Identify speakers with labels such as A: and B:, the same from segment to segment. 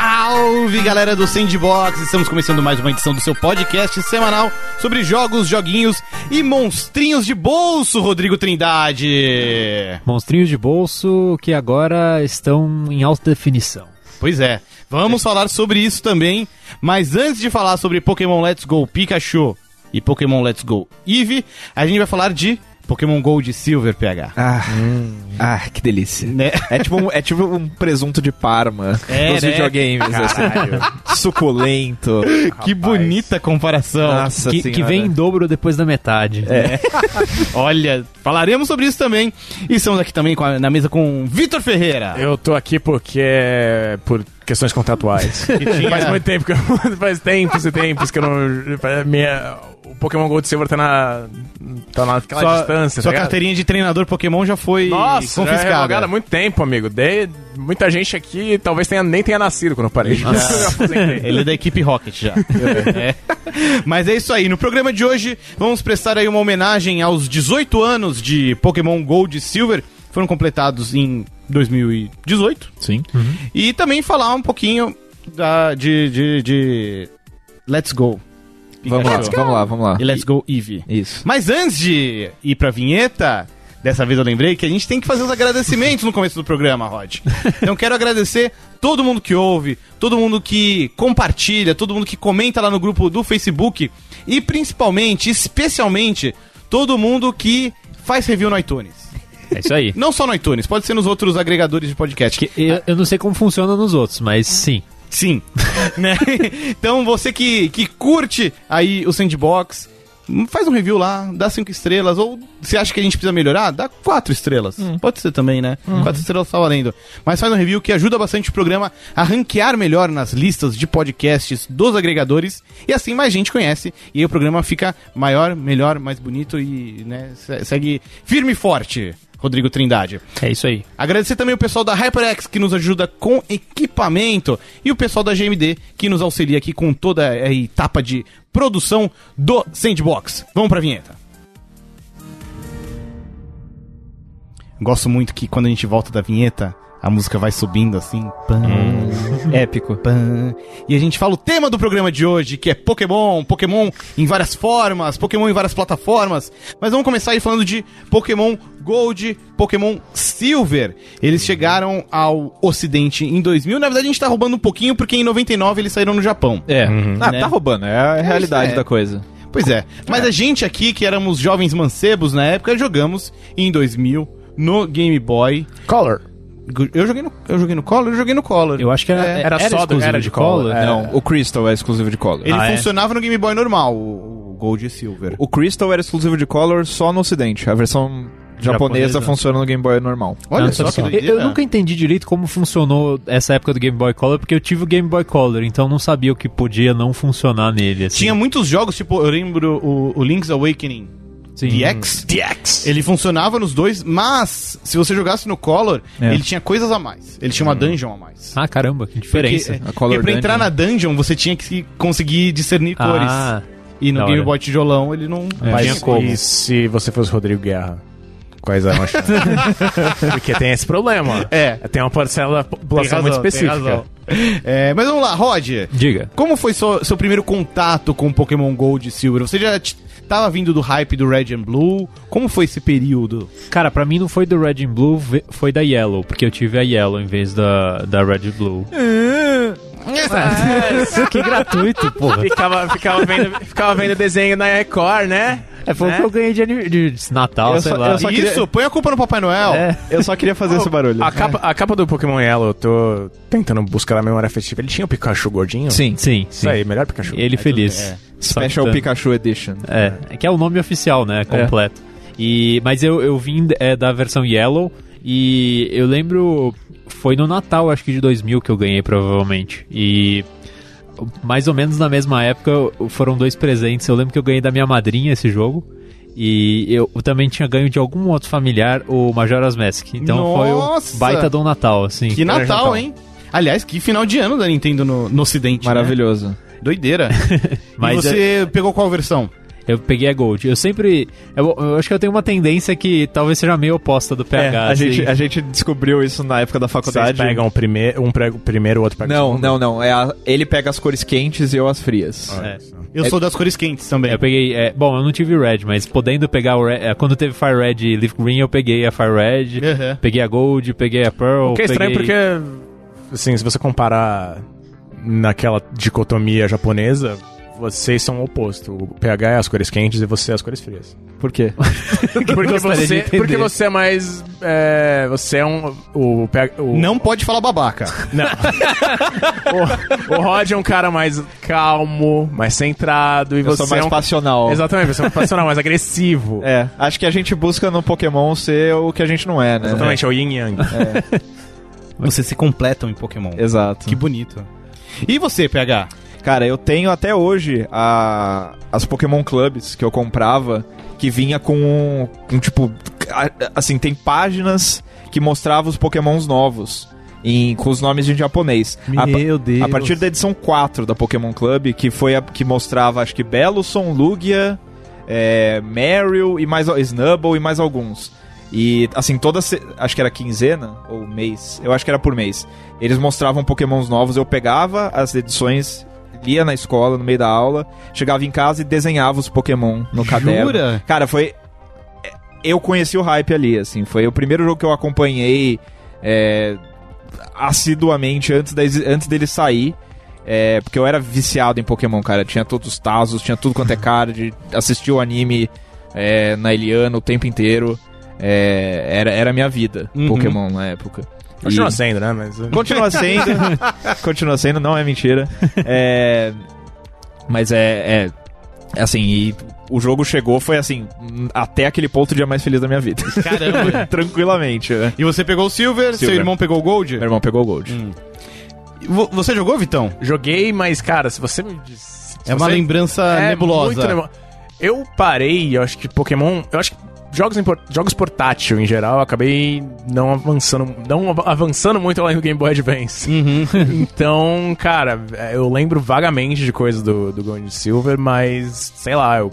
A: Salve galera do Sandbox! Estamos começando mais uma edição do seu podcast semanal sobre jogos, joguinhos e monstrinhos de bolso, Rodrigo Trindade!
B: Monstrinhos de bolso que agora estão em alta definição.
A: Pois é, vamos falar sobre isso também, mas antes de falar sobre Pokémon Let's Go Pikachu e Pokémon Let's Go Eevee, a gente vai falar de Pokémon Gold e Silver, PH.
C: Ah, ah, que delícia.
A: Né?
C: É tipo, um, é tipo um presunto de Parma
A: É,
C: nos
A: né?
C: videogames, assim. Suculento.
A: que bonita comparação!
C: Nossa
B: Que,
C: senhora.
B: que vem em dobro depois da metade. É.
A: Olha, falaremos sobre isso também. E estamos aqui também com a- na mesa com Vitor Ferreira.
D: Eu tô aqui porque. é por questões contratuais.
A: que tinha-
D: faz muito tempo que eu. Faz tempos e tempos que eu não. faz- Minha, o Pokémon Gold Silver tá na. tá naquela
A: sua,
D: distância.
A: sua
D: tá ligado?
A: carteirinha de treinador Pokémon já foi
D: Nossa, já é
A: confiscada.
D: revogada há muito tempo, amigo. De, muita gente aqui talvez tenha, nem tenha nascido quando eu parei. Já, eu aposentei.
A: Ele é da equipe Rocket já. É. Mas é isso aí. No programa de hoje, vamos prestar aí uma homenagem aos 18 anos de Pokémon Gold e Silver. Foram completados em 2018.
C: Sim.
A: E também falar um pouquinho da, de, de, de Let's Go.
C: Vamos lá,
A: Pikachu.
C: vamos lá, vamos lá.
A: E Let's Go Eevee.
C: Isso.
A: Mas antes de ir pra vinheta, dessa vez eu lembrei que a gente tem que fazer os agradecimentos no começo do programa, Rod. Então quero agradecer todo mundo que ouve, todo mundo que compartilha, todo mundo que comenta lá no grupo do Facebook e principalmente, especialmente, todo mundo que faz review no iTunes.
B: É isso aí.
A: Não só no iTunes, pode ser nos outros agregadores de podcast.
B: Que eu, eu não sei como funciona nos outros, mas sim.
A: Sim. né? Então você que, que curte aí o Sandbox, faz um review lá, dá cinco estrelas, ou se acha que a gente precisa melhorar, dá quatro estrelas. Pode ser também, né? Quatro estrelas tá valendo. Mas faz um review que ajuda bastante o programa a ranquear melhor nas listas de podcasts dos agregadores, e assim mais gente conhece, e aí o programa fica maior, melhor, mais bonito e né, se- segue firme e forte. Rodrigo Trindade.
B: É isso aí.
A: Agradecer também o pessoal da HyperX que nos ajuda com equipamento e o pessoal da GMD que nos auxilia aqui com toda a etapa de produção do Sandbox. Vamos pra vinheta. Gosto muito que quando a gente volta da vinheta, a música vai subindo assim. pam,
C: Épico.
A: pam. E a gente fala o tema do programa de hoje, que é Pokémon, Pokémon em várias formas, Pokémon em várias plataformas. Mas vamos começar aí falando de Pokémon Gold, Pokémon Silver. Eles chegaram ao ocidente em 2000. Na verdade, a gente tá roubando um pouquinho, porque em 99 eles saíram no Japão.
C: É. Ah,
A: Né?
C: tá roubando. É a realidade
A: é.
C: da coisa.
A: Pois é. Mas a gente aqui, que éramos jovens mancebos na época, jogamos em 2000 no Game Boy.
D: Color.
A: Eu joguei no, eu joguei no Color? Eu joguei no Color.
B: Eu acho que era,
A: É,
D: era só do-
B: exclusivo né?
D: era de cola, é.
C: Não, o Crystal é exclusivo de Color.
A: Ele
B: Ah, é?
A: funcionava no Game Boy normal, o o Gold e Silver.
C: O Crystal era exclusivo de Color só no ocidente. A versão japonesa,
B: Japonesa.
C: funciona no Game Boy normal.
A: Olha
B: Não,
A: só
B: sabe
A: que
B: só.
A: doideira.
B: assim. Eu, eu nunca entendi direito como funcionou essa época do Game Boy Color, porque eu tive o Game Boy Color, então não sabia o que podia não funcionar nele. assim.
A: Tinha muitos jogos, tipo, eu lembro o, o Link's Awakening
B: Sim.
A: DX.
D: DX.
A: Ele funcionava nos dois, mas se você jogasse no Color,
C: É.
A: ele tinha coisas a mais. Ele tinha uma dungeon a mais.
B: Hum. Ah, caramba, que diferença.
A: Porque, é,
C: A Color
A: porque pra entrar na
C: Dungeon.
A: dungeon, você tinha que conseguir discernir
B: Ah,
A: cores. E no
B: da
A: Game
B: hora.
A: Boy Tijolão, ele não
B: Mas
A: tinha
D: Mas
B: como.
D: e se você fosse Rodrigo Guerra? Quais eram as chances? Porque tem esse problema.
A: É.
D: Tem uma parcela da
A: Tem
D: população
A: razão,
D: muito
A: tem
D: específica.
A: razão. É, mas vamos lá, Rod.
B: diga.
A: Como foi seu, seu primeiro contato com Pokémon Gold e Silver? Você já t- tava vindo do hype do Red and Blue? Como foi esse período?
B: Cara, pra mim não foi do Red and Blue, ve- foi da Yellow, porque eu tive a Yellow em vez da, da Red and Blue.
A: É, então
B: que é gratuito, porra.
C: Né?
D: Ficava, ficava, vendo, ficava vendo desenho na Record, né?
B: É, foi o que eu ganhei de, ani- de- de Natal,
C: Eu
B: sei
C: só-
B: lá.
C: eu só-
A: Ah, Isso,
C: queria-
A: põe a culpa no Papai Noel.
B: É.
C: Eu só queria fazer esse barulho.
D: A capa, a capa do Pokémon Yellow, eu tô tentando buscar na memória afetiva. Ele tinha o Pikachu gordinho?
C: Sim.
B: Sim,
D: Isso
B: sim.
D: aí, melhor Pikachu.
B: Ele feliz.
A: é.
B: Só que
C: Special
B: tá-
C: Pikachu Edition.
B: É, é que é o nome oficial, né? Completo. E, mas eu, eu vim é, da versão Yellow e eu lembro. Foi no Natal, acho que de 2000 que eu ganhei, provavelmente. E mais ou menos na mesma época foram dois presentes. Eu lembro que eu ganhei da minha madrinha esse jogo. E eu também tinha ganho de algum outro familiar o Majora's Mask. Então foi
A: Nossa!
B: o baita do Natal, assim.
A: Que
D: Era
A: Natal,
D: Natal.
A: hein? Aliás, que final de ano da Nintendo no, no Ocidente.
C: Maravilhoso.
A: né? Doideira.
B: Mas é,
A: e você pegou qual versão?
B: Eu peguei a Gold. Eu sempre. Eu, eu acho que eu tenho uma tendência que talvez seja meio oposta do
C: É,
B: PH.
C: a,
B: assim.
C: gente, a gente descobriu isso na época da
D: Vocês
C: faculdade.
D: pegam o primeiro, um prego primeiro, o outro pega o
C: Não,
D: segundo?
C: não, não. É a- ele pega as cores quentes e eu as frias.
D: Ah,
B: É.
A: Eu sou das cores quentes também.
B: Eu peguei. é, bom, eu não tive Red, mas podendo pegar o Red. é, quando teve Fire Red e Leaf Green, eu peguei a Fire Red.
A: Uhum.
B: Peguei a Gold, peguei a Pearl.
D: O que é estranho
B: peguei-
D: porque, assim, se você comparar naquela dicotomia japonesa, vocês são o oposto. O pH é as cores quentes e você é as cores frias.
C: Por quê?
D: Porque
B: Gostaria de
D: você,
B: entender.
D: porque você é mais. é, você é um. O, pH o,
A: Não pode falar babaca.
D: Não. o, o Rod é um cara mais calmo, mais centrado e
C: Eu
D: você
C: sou mais
D: é um.
C: passional.
D: Exatamente, você é um profissional mais agressivo.
C: É, acho que a gente busca no Pokémon ser o que a gente não é, né?
D: Exatamente, é o Yin Yang.
A: Vocês se completam em Pokémon.
C: É, Exato.
A: Que bonito. E você, PH?
C: Cara, eu tenho até hoje a, as Pokémon Clubs que eu comprava, que vinha com, um- com, tipo, a- assim, tem páginas que mostrava os Pokémons novos. em- com os nomes em japonês. A pa-
A: Deus.
C: A partir da edição 4 da Pokémon Club, que foi a que mostrava, acho que Bellosson, Lugia, é, Meryl e mais al- Snubble e mais alguns. E assim, toda se- acho que era quinzena ou mês, eu acho que era por mês. Eles mostravam Pokémons novos, eu pegava as edições, lia na escola, no meio da aula, chegava em casa e desenhava os Pokémon no caderno.
A: Jura?
C: Cara, foi. é, Eu conheci o hype ali, assim. Foi o primeiro jogo que eu acompanhei é, assiduamente antes, da exi- antes dele sair. É, porque eu era viciado em Pokémon, cara. Tinha todos os Tazos, tinha tudo quanto é card. Assisti o anime é, na Eliana o tempo inteiro. É, era, era a minha vida,
A: Uhum.
C: Pokémon na época. E-
D: Continua sendo, né? Mas.
C: Continua sendo. continua sendo, não é mentira. É, mas é, é. Assim, e o jogo chegou, foi assim, até aquele ponto o dia mais feliz da minha vida.
A: Caramba.
C: Tranquilamente, né?
A: e você pegou o Silver, É. seu
C: Silver.
A: irmão pegou o Gold?
C: Meu irmão pegou o Gold.
A: Vo- Você jogou, Vitão?
D: Joguei, mas, cara, se você me disse.
A: É uma lembrança nebulosa.
D: nebuloso. Eu parei, eu acho que Pokémon. Eu acho que jogos, impor- jogos portátil em geral, eu acabei não avançando, não av- avançando muito lá no Game Boy Advance.
A: Uhum.
D: então, cara, eu lembro vagamente de coisas do, do Gold e Silver, mas sei lá, eu-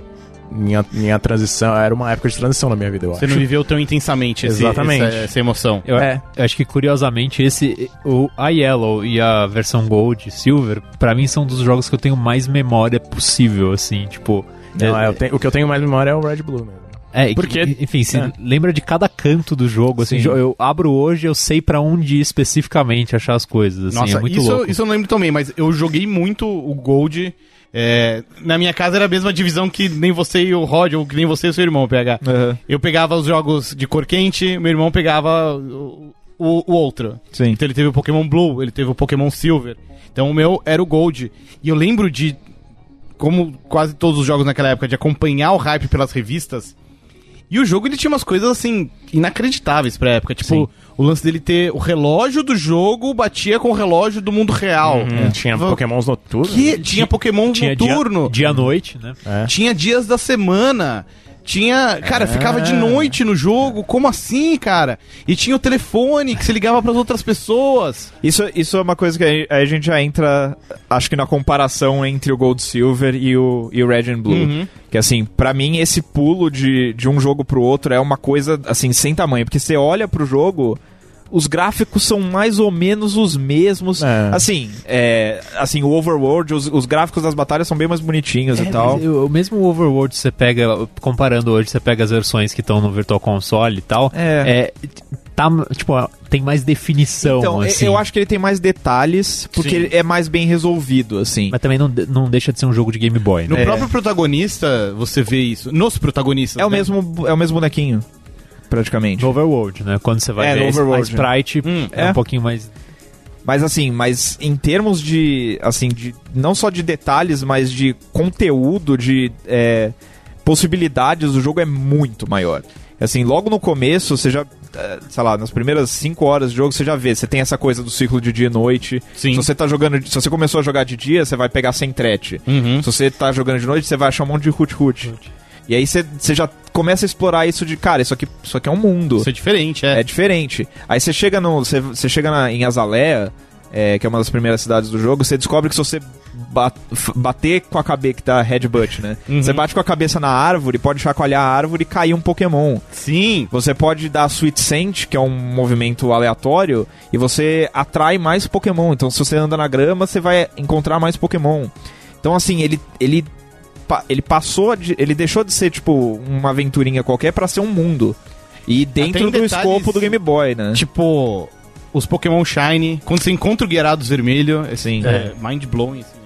D: minha, minha transição era uma época de transição na minha vida, eu acho.
A: Você não viveu tão intensamente esse-
D: Exatamente.
A: Essa, essa emoção.
B: Eu,
D: É.
B: eu acho que curiosamente esse o a Yellow e a versão Gold e Silver, pra mim são dos jogos que eu tenho mais memória possível assim, tipo,
D: Não, é, eu tenho- o que eu tenho mais memória é o Red Blue mesmo.
B: é,
D: porque-
B: que- enfim, se
D: é.
B: lembra de cada canto do jogo, assim,
C: Sim.
B: jo- eu abro hoje, eu sei pra onde ir especificamente achar as coisas, assim,
A: Nossa,
B: é muito
A: isso,
B: louco.
A: isso eu não lembro também, mas eu joguei muito o Gold. é, na minha casa era a mesma divisão que nem você e o Rod, ou que nem você e o seu irmão, PH.
C: Aham,
A: Eu pegava os jogos de cor quente, meu irmão pegava o, o- o outro.
C: Sim.
A: Então ele teve o Pokémon Blue, ele teve o Pokémon Silver. Então o meu era o Gold. E eu lembro de, como quase todos os jogos naquela época, de acompanhar o hype pelas revistas. E o jogo ele tinha umas coisas assim, inacreditáveis pra época. Tipo,
B: Sim.
A: o lance dele ter o relógio do jogo batia com o relógio do mundo real. É.
D: Hum, Tinha tipo
A: Vou-
D: Pokémons noturnos.
A: Que tinha Pokémon
B: Uhum. Tinha dia-
A: é noturno, É.
B: dia à noite, né?
A: tinha dias da semana. Tinha. Cara,
B: É.
A: ficava de noite no jogo. Como assim, cara? E tinha o telefone que se ligava pras outras pessoas.
C: Isso, isso é uma coisa que aí aí a gente já entra, acho que na comparação entre o Gold Silver e o, e o Red and Blue.
A: Uhum.
C: Que assim, pra mim esse pulo de, de um jogo pro outro é uma coisa assim sem tamanho, porque você olha pro jogo, os gráficos são mais ou menos os mesmos.
D: É.
C: Assim, é, assim, o Overworld, os, os gráficos das batalhas são bem mais bonitinhos e tal.
B: É, Mas eu- o mesmo Overworld você pega, comparando hoje, você pega as versões que estão no Virtual Console e tal.
C: É.
B: é, tá, tipo, tem mais definição.
C: Então, eu-
B: assim.
C: eu acho que ele tem mais detalhes, porque
A: Sim.
C: ele é mais bem resolvido, assim.
B: Mas também não, de- não deixa de ser um jogo de Game Boy,
A: No
B: né?
A: próprio protagonista, você vê isso. Nos protagonistas.
C: É o
A: né?
C: mesmo, é o mesmo bonequinho, praticamente.
B: No Overworld, né? Quando você vai
C: É,
B: ver
C: no
B: a- a
C: Overworld,
B: sprite,
A: Hum,
B: é,
C: é.
B: um pouquinho mais...
C: Mas assim, mas em termos de, assim, de não só de detalhes, mas de conteúdo, de é, possibilidades, o jogo é muito maior. Assim, logo no começo, você já, eh, sei lá, nas primeiras 5 horas de jogo, você já vê, você tem essa coisa do ciclo de dia e noite.
A: Sim.
C: Se você tá jogando, se você começou a jogar de dia, você vai pegar sem trete.
A: Uhum.
C: Se você tá jogando de noite, você vai achar um monte de hut-hut. E aí você você já começa a explorar isso de, cara, isso aqui, isso aqui é um mundo.
A: Isso é diferente,
C: É
A: é.
C: diferente. Aí você chega no. Você, você chega na- em Azalea, é, que é uma das primeiras cidades do jogo, você descobre que se você ba- f- bater com a cabeça, que tá headbutt, né? Você bate com a cabeça na árvore, pode chacoalhar a árvore e cair um Pokémon.
A: Sim.
C: Você pode dar Sweet Scent, que é um movimento aleatório, e você atrai mais Pokémon. Então, se você anda na grama, você vai encontrar mais Pokémon. Então, assim, ele. ele pa- ele passou de, ele deixou de ser tipo uma aventurinha qualquer pra ser um mundo e dentro
A: em
C: do
A: detalhes-
C: escopo do Game Boy né
A: Tipo, os Pokémon Shine, quando você encontra o Gyarados vermelho, assim,
B: É.
A: é. mind blowing, assim.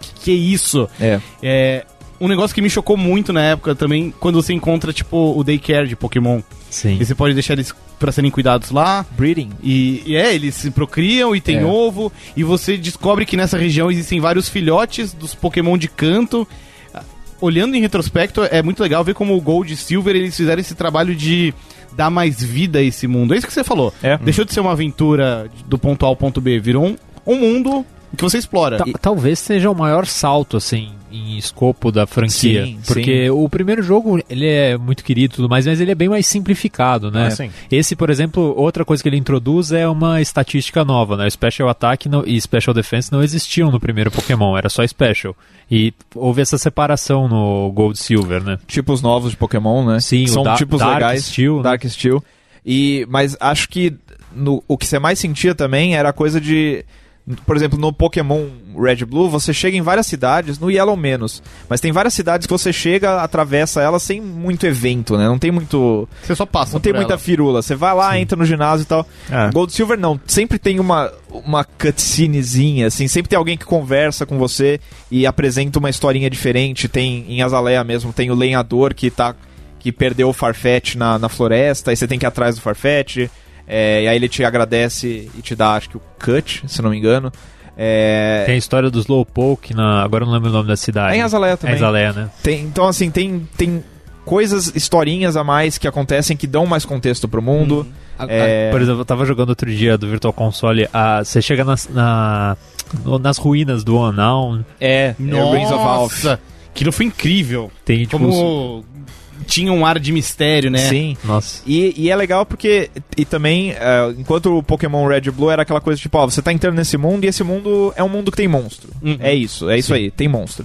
A: Que, que isso?
C: é
A: É, um negócio que me chocou muito na época também, quando você encontra, tipo, o daycare de Pokémon.
B: Sim.
A: E você pode deixar eles pra serem cuidados lá.
C: breeding
A: E, e é, eles se procriam e tem
C: É.
A: ovo. E você descobre que nessa região existem vários filhotes dos Pokémon de canto. Ah, Olhando em retrospecto, é muito legal ver como o Gold e Silver eles fizeram esse trabalho de dar mais vida a esse mundo. É isso que você falou.
C: É.
A: Deixou de ser uma aventura de- do ponto A ao ponto B, virou um, um mundo que você explora.
C: Tá. é
B: Ta- Talvez seja o maior salto, assim, em escopo da franquia.
C: Sim,
B: porque o primeiro jogo, ele é muito querido e tudo mais, mas ele é bem mais simplificado, né?
D: Ah,
C: é
D: sim.
B: Esse, por exemplo, outra coisa que ele introduz é uma estatística nova, né? Special Attack não- e Special Defense não existiam no primeiro Pokémon, era só Special. E houve essa separação no Gold e Silver, né?
C: tipos novos de Pokémon, né?
B: Sim,
C: Que
B: o
C: são
B: Da-
C: tipos
B: Dark
C: legais,
B: Steel, né?
C: Dark Steel. E mas acho que no, o que você mais sentia também era a coisa de por exemplo, no Pokémon Red Blue, você chega em várias cidades, no Yellow menos, mas tem várias cidades que você chega, atravessa elas sem muito evento, né? Não tem muito,
A: Você só passa.
C: não tem
A: por
C: muita
A: ela.
C: firula. Você vai lá, entra no ginásio e tal.
D: É.
C: Gold Silver não, sempre tem uma, uma cutscenezinha, assim, sempre tem alguém que conversa com você e apresenta uma historinha diferente. Tem em Azalea mesmo, tem o lenhador que tá que perdeu o Farfetch na, na floresta, e você tem que ir atrás do Farfetch, é, e aí ele te agradece e te dá, acho que o cut, se não me engano. É,
B: Tem a história dos Lowpoke, na... agora eu não lembro o nome da cidade.
C: é em Azalea
B: É
C: também.
B: Azalea, né?
C: Tem- então, assim, tem, tem coisas, historinhas a mais que acontecem que dão mais contexto pro
A: Hum.
C: mundo.
A: Uhum.
C: É,
B: Por exemplo, eu tava jogando outro dia do Virtual Console, a- você chega nas, na- no- nas ruínas do Unown,
C: é, é Rings of Alph.
A: Nossa, aquilo foi incrível.
B: tem tipo... uns-
A: Como tinha um ar de mistério, né?
C: assim. Sim.
B: Nossa.
C: E, e é legal porque. E também, eh, enquanto o Pokémon Red e Blue era aquela coisa tipo, ó, você tá entrando nesse mundo e esse mundo é um mundo que tem monstro.
A: Uhum.
C: É isso, é isso aí, tem monstro.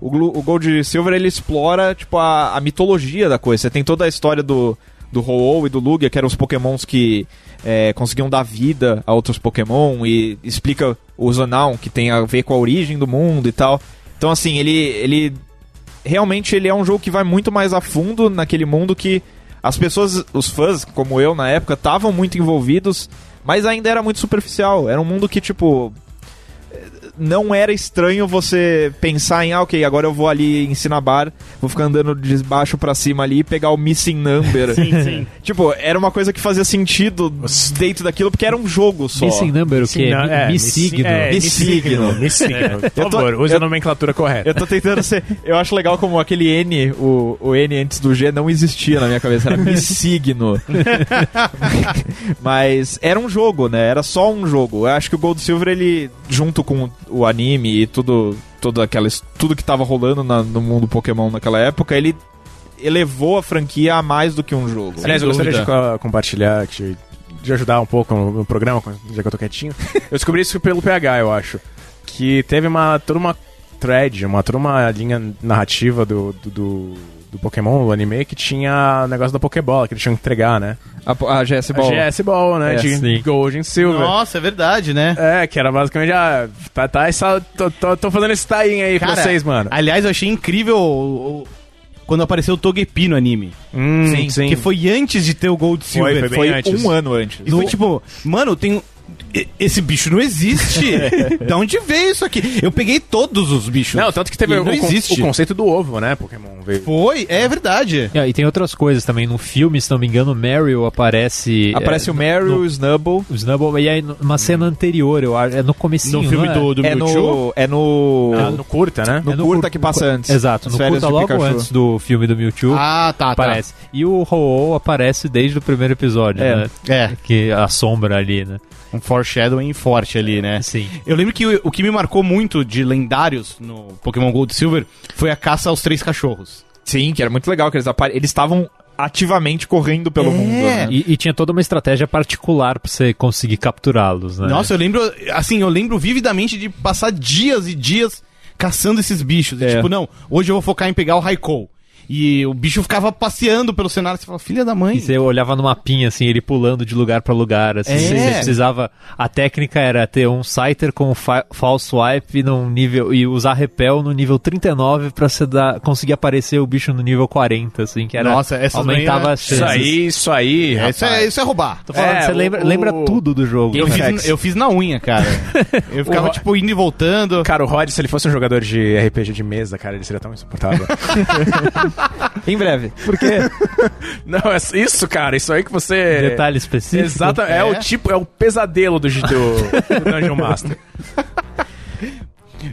C: O, Glu- o Gold e Silver ele explora, tipo, a, a mitologia da coisa. Você tem toda a história do, do ho e do Lugia, que eram os Pokémons que eh, conseguiam dar vida a outros Pokémon, e explica o Zonaun, que tem a ver com a origem do mundo e tal. Então, assim, ele, ele realmente ele é um jogo que vai muito mais a fundo naquele mundo que as pessoas, os fãs, como eu na época, estavam muito envolvidos, mas ainda era muito superficial. Era um mundo que, tipo. eh, Não era estranho você pensar em, ah, ok, agora eu vou ali em Sinabar, vou ficar andando de baixo pra cima ali e pegar o Missing Number.
A: Sim, sim.
C: Tipo, era uma coisa que fazia sentido dentro daquilo, porque era um jogo só.
B: Missing Number, o
D: Sim,
B: quê?
D: não,
B: Mi-
D: é,
B: Missigno.
D: é,
C: Mi-
D: missigno. É, Missigno. Por
C: Eu tô-
D: favor, use
C: eu-
D: a nomenclatura correta.
C: Eu tô tentando ser. Eu acho legal como aquele N, o, o N antes do G, não existia na minha cabeça. Era missigno. Mas era um jogo, né? Era só um jogo. Eu acho que o Gold Silver, ele, junto com o anime e tudo, tudo, aquela, tudo que tava rolando na- no mundo Pokémon naquela época, ele elevou a franquia a mais do que um jogo.
D: Aliás, eu gostaria de
A: dúvida.
D: co- compartilhar, de, de ajudar um pouco no, no programa, já que eu tô quietinho. eu descobri isso pelo PH, eu acho. Que teve uma, toda uma thread, uma, toda uma linha narrativa do, do, do, do Pokémon, do anime, que tinha o negócio da Pokébola, que eles tinham que entregar, né?
C: A, a GS
D: A
C: Ball.
D: GS Ball, né?
C: É,
D: de
B: sim.
D: Gold and Silver.
A: Nossa, é verdade, né?
D: É, que era basicamente, ah, tá, tá, essa, tô, tô, tô fazendo esse tie aí pra
A: Cara,
D: vocês, mano.
A: Aliás, eu achei incrível o- o- quando apareceu o Togepi no anime.
D: Hum,
C: sim,
A: Que foi antes de ter o Gold Silver.
D: foi bem
C: Foi
D: antes.
C: um ano antes.
A: E foi tipo, mano, tem. e- Esse bicho não existe. da onde veio isso aqui? Eu peguei todos os bichos.
D: Não, tanto que teve
A: E
D: o,
A: não
D: con-
A: existe.
D: o conceito do ovo, né? Pokémon veio.
A: Foi, é verdade.
B: É, e tem outras coisas também. No filme, se não me engano, o Meryl aparece.
C: Aparece um
B: é,
C: o Meryl, o Snubble.
B: o Snubble, e aí
C: Uhum.
B: numa cena anterior, eu acho. É no comecinho.
A: No filme
B: não é?
A: do, do
C: É
A: Mewtwo.
C: no. É no.
D: Ah, no curta, né?
C: No
B: É no
C: curta
B: curta-
C: que passa antes.
B: Exato,
C: As
B: no
C: férias
B: curta
C: de
B: logo
C: Pikachu.
B: antes do filme do Mewtwo.
A: Ah, tá, tá.
B: aparece. E o ho aparece desde o primeiro episódio,
C: É.
B: né?
A: É,
B: Que a sombra ali, né?
A: um foreshadowing forte ali, né?
C: Assim.
B: Sim.
A: Eu lembro que o, o que me marcou muito de lendários no Pokémon Gold e Silver foi a caça aos três cachorros.
C: Sim, que era muito legal que eles apare... eles estavam ativamente correndo pelo
A: É.
C: mundo. né?
B: E, e tinha toda uma estratégia particular pra você conseguir capturá-los, né?
A: Nossa, eu lembro, assim, eu lembro vividamente de passar dias e dias caçando esses bichos. E,
C: É.
A: tipo, não, hoje eu vou focar em pegar o Raikou. E o bicho ficava passeando pelo cenário, você fala, filha da mãe.
B: E você olhava no mapinha, assim, ele pulando de lugar pra lugar, assim,
A: É.
B: você você precisava... A técnica era ter um Scyther com fa false swipe num nível... E usar repel no nível 39 pra você dar, conseguir aparecer o bicho no nível 40, assim, que era...
A: Nossa, essas daí
B: Aumentava
A: era-
B: as chances.
D: Isso aí, isso aí.
A: É,
D: rapaz.
A: isso, é, isso é roubar.
B: Tô falando,
D: É,
B: você lembra,
D: o- um
B: lembra tudo do jogo.
A: Eu
B: cara.
A: fiz, eu fiz na unha, cara. Eu ficava,
D: Ro-
A: tipo, indo e voltando.
D: Cara, o Rod, se ele fosse um jogador de RPG de mesa, cara, ele seria tão insuportável.
C: Em breve.
D: Porque. Não, é isso, cara, isso aí que você.
B: Detalhe específico.
D: Exato, é.
A: É.
D: o tipo, é o pesadelo do, do, do Dungeon Master.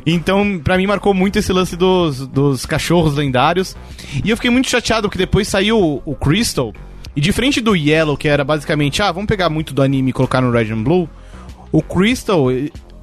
A: Então, pra mim, marcou muito esse lance dos, dos cachorros lendários. E eu fiquei muito chateado porque depois saiu o, o Crystal. E diferente do Yellow, que era basicamente, ah, vamos pegar muito do anime e colocar no Red and Blue. O Crystal,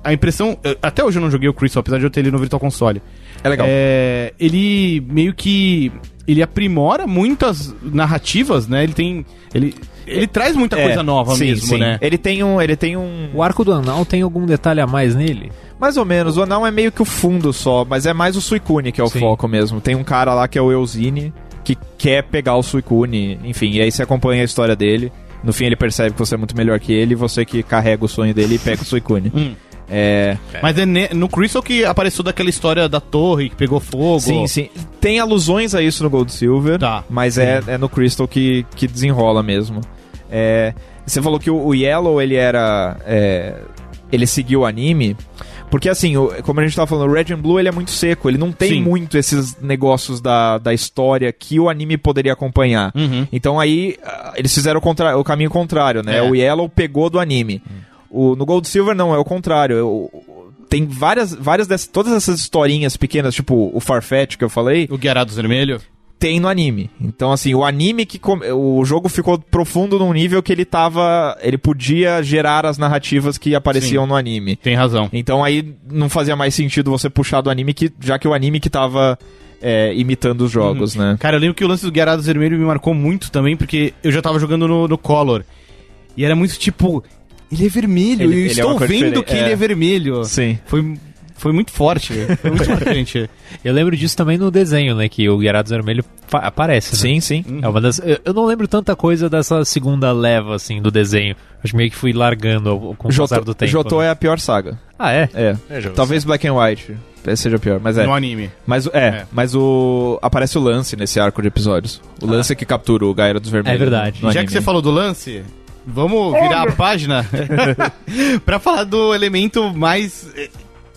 A: a impressão. eu- Até hoje eu não joguei o Crystal, apesar de eu ter ele no Virtual Console.
C: É legal.
A: É, ele meio que. Ele aprimora muitas narrativas, né? Ele tem. Ele, ele traz muita coisa
C: É,
A: nova
C: sim,
A: mesmo,
C: sim.
A: né?
C: Ele tem um. Ele tem um.
B: O arco do anal tem algum detalhe a mais nele?
C: Mais ou menos, o anão é meio que o fundo só, mas é mais o Suicune que é o
B: Sim.
C: foco mesmo. Tem um cara lá que é o Eusine, que quer pegar o Suicune, enfim, e aí você acompanha a história dele. No fim ele percebe que você é muito melhor que ele e você que carrega o sonho dele e pega o Suicune.
A: Hum.
C: É,
A: Mas é ne- no Crystal que apareceu daquela história da torre que pegou fogo.
C: sim, sim. Tem alusões a isso no Gold Silver,
A: Tá.
C: mas é, é no Crystal que, que desenrola mesmo. É, você falou que o, o Yellow ele era. é, ele seguiu o anime. Porque assim, o- como a gente tava falando, o Red and Blue ele é muito seco, ele não tem
A: Sim.
C: muito esses negócios da, da história que o anime poderia acompanhar.
A: Uhum.
C: Então aí ah, eles fizeram o, contra- o caminho contrário, né?
A: É.
C: O Yellow pegou do anime.
B: Hum.
C: O, no Gold Silver não, é o contrário. Eu- tem várias, várias dessas, todas essas historinhas pequenas, tipo o Farfetch que eu falei,
A: O Guiarados Vermelho?
C: tem no anime. Então, assim, o anime que. com- O jogo ficou profundo num nível que ele tava. Ele podia gerar as narrativas que apareciam no anime.
A: Tem razão.
C: Então aí não fazia mais sentido você puxar do anime, que, já que o anime que tava é, imitando os jogos,
B: Uhum.
C: né?
A: Cara, eu lembro que o lance do Guiarados Vermelho me marcou muito também, porque eu já tava jogando no, no Color. E era muito tipo, ele é vermelho,
C: Ele-
A: eu
C: ele é
A: estou
C: uma cor
A: vendo
C: diferente,
A: que
C: é.
A: ele é vermelho.
C: Sim.
A: Foi, foi muito forte, foi muito marcante.
B: Eu lembro disso também no desenho, né? Que o Guiarados Vermelho fa- aparece. né?
C: Sim, sim.
B: É uma das, eu eu não lembro tanta coisa dessa segunda leva, assim, do desenho. Acho meio que fui largando ao- com o passar do
C: Jotô,
B: tempo.
C: Jotô
B: né?
C: é a pior saga.
B: Ah, é?
C: É.
D: É, Jô,
C: Talvez Black and White seja pior, mas é.
A: No anime.
C: Mas é,
A: É.
C: mas o. Aparece o lance nesse arco de episódios. O lance é que captura o Gaira dos Vermelhos.
B: É verdade.
C: no
A: Ah. Já
C: anime.
A: que você falou do lance, vamos virar a página pra falar do elemento mais eh,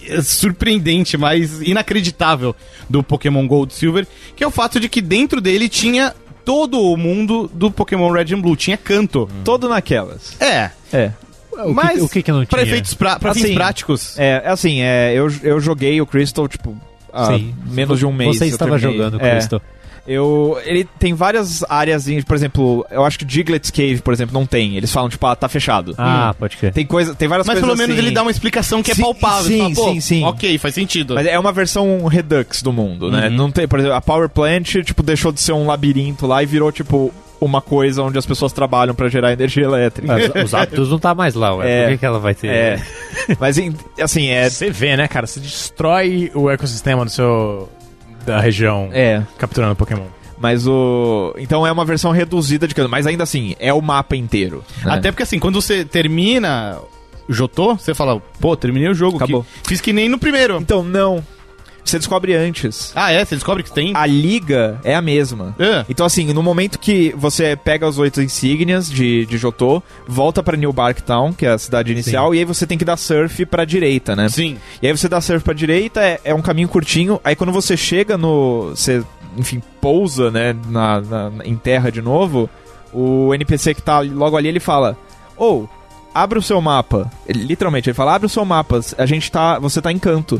A: eh, surpreendente, mais inacreditável do Pokémon Gold Silver, que é o fato de que dentro dele tinha todo o mundo do Pokémon Red and Blue, tinha canto.
C: Todo naquelas.
A: É,
C: É.
B: O
A: mas
B: que, o que que não tinha?
A: pra efeitos pra, pra fins
C: Assim,
A: práticos,
C: É, assim, é, eu, eu joguei o Crystal, tipo, há
B: Sim.
C: menos de um mês.
B: Você
C: eu
B: estava
C: terminei.
B: jogando com
C: é,
B: isso.
C: Eu, ele tem várias áreas, por exemplo, eu acho que Diglett's Cave, por exemplo, não tem. Eles falam, tipo, ah, tá fechado.
B: Ah, pode crer.
C: Tem, coisa, tem várias
A: mas
C: coisas
A: pelo menos
C: assim.
A: ele dá uma explicação que é
C: Sim,
A: palpável.
C: sim,
A: Você fala, "Pô,
C: sim, sim.
A: Ok, faz sentido.
C: Mas é uma versão Redux do mundo, né?
A: Uhum.
C: Não tem, por exemplo, a Power Plant, tipo, deixou de ser um labirinto lá e virou, tipo, uma coisa onde as pessoas trabalham pra gerar energia elétrica.
B: Os- Os hábitos não tá mais lá, ué.
C: É.
B: Por que, que ela vai ter?
C: É. Mas, em- assim, é...
D: Você vê, né, cara? Você destrói o ecossistema do seu. da região
C: É,
D: capturando Pokémon.
C: mas o... Então é uma versão reduzida de... cada- Mas ainda assim, é o mapa inteiro. né?
A: Até porque assim, quando você termina Jotô, você fala, pô, terminei o jogo.
C: Acabou.
A: que- fiz que nem no primeiro.
C: Então, não. Você descobre antes.
A: Ah, é? Você descobre que tem?
C: A liga é a mesma.
A: É.
C: Então, assim, no momento que você pega as oito insígnias de, de Jotô, volta pra New Barktown, que é a cidade inicial, e aí você tem que dar surf pra direita, né?
A: Sim.
C: E aí você dá surf pra direita, é, é um caminho curtinho. Aí quando você chega no. Você, enfim, pousa, né? Na, na- em terra de novo. O NPC que tá logo ali, ele fala: Ou, abre o seu mapa. Ele- literalmente, ele fala: Abre o seu mapa. A gente tá. Você tá em canto.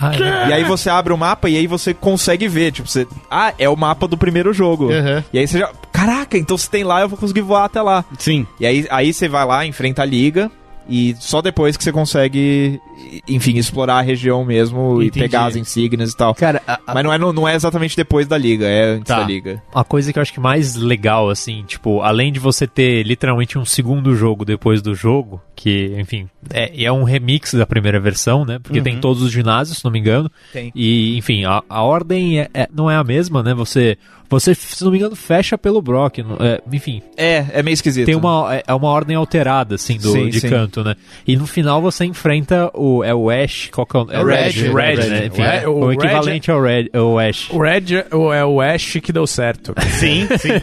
B: Ah, é.
C: E aí você abre o mapa e aí você consegue ver. Tipo, você. Ah, é o mapa do primeiro jogo.
A: Uhum.
C: E aí você já. Caraca, então se tem lá, eu vou conseguir voar até lá.
A: Sim.
C: E aí, aí você vai lá, enfrenta a liga. E só depois que você consegue, enfim, explorar a região mesmo
A: Entendi.
C: e pegar as insígnias e tal.
B: Cara, a,
C: Mas não é, no- não é exatamente depois da liga, é antes
A: Tá.
C: da liga.
B: a coisa que eu acho que mais legal, assim, tipo, além de você ter literalmente um segundo jogo depois do jogo, que, enfim, é, é um remix da primeira versão, né? Porque tem todos os ginásios, se não me engano.
C: Tem.
B: E, enfim, a, a ordem é- é- não é a mesma, né? Você, você, se não me engano, fecha pelo Brock. não- é, enfim,
C: É, é meio esquisito.
B: tem uma, é- é uma ordem alterada, assim, do,
C: Sim,
B: de
C: sim.
B: canto, né? E no final você enfrenta o. É o Ash, qual que é o. É
A: o
B: Red,
A: Red,
B: né?
D: Red, né?
B: Enfim,
D: O Red-
B: o,
D: o Red-
B: equivalente ao, Red, ao Ash.
D: O Red é o- é o Ash que deu certo.
A: Sim, sim.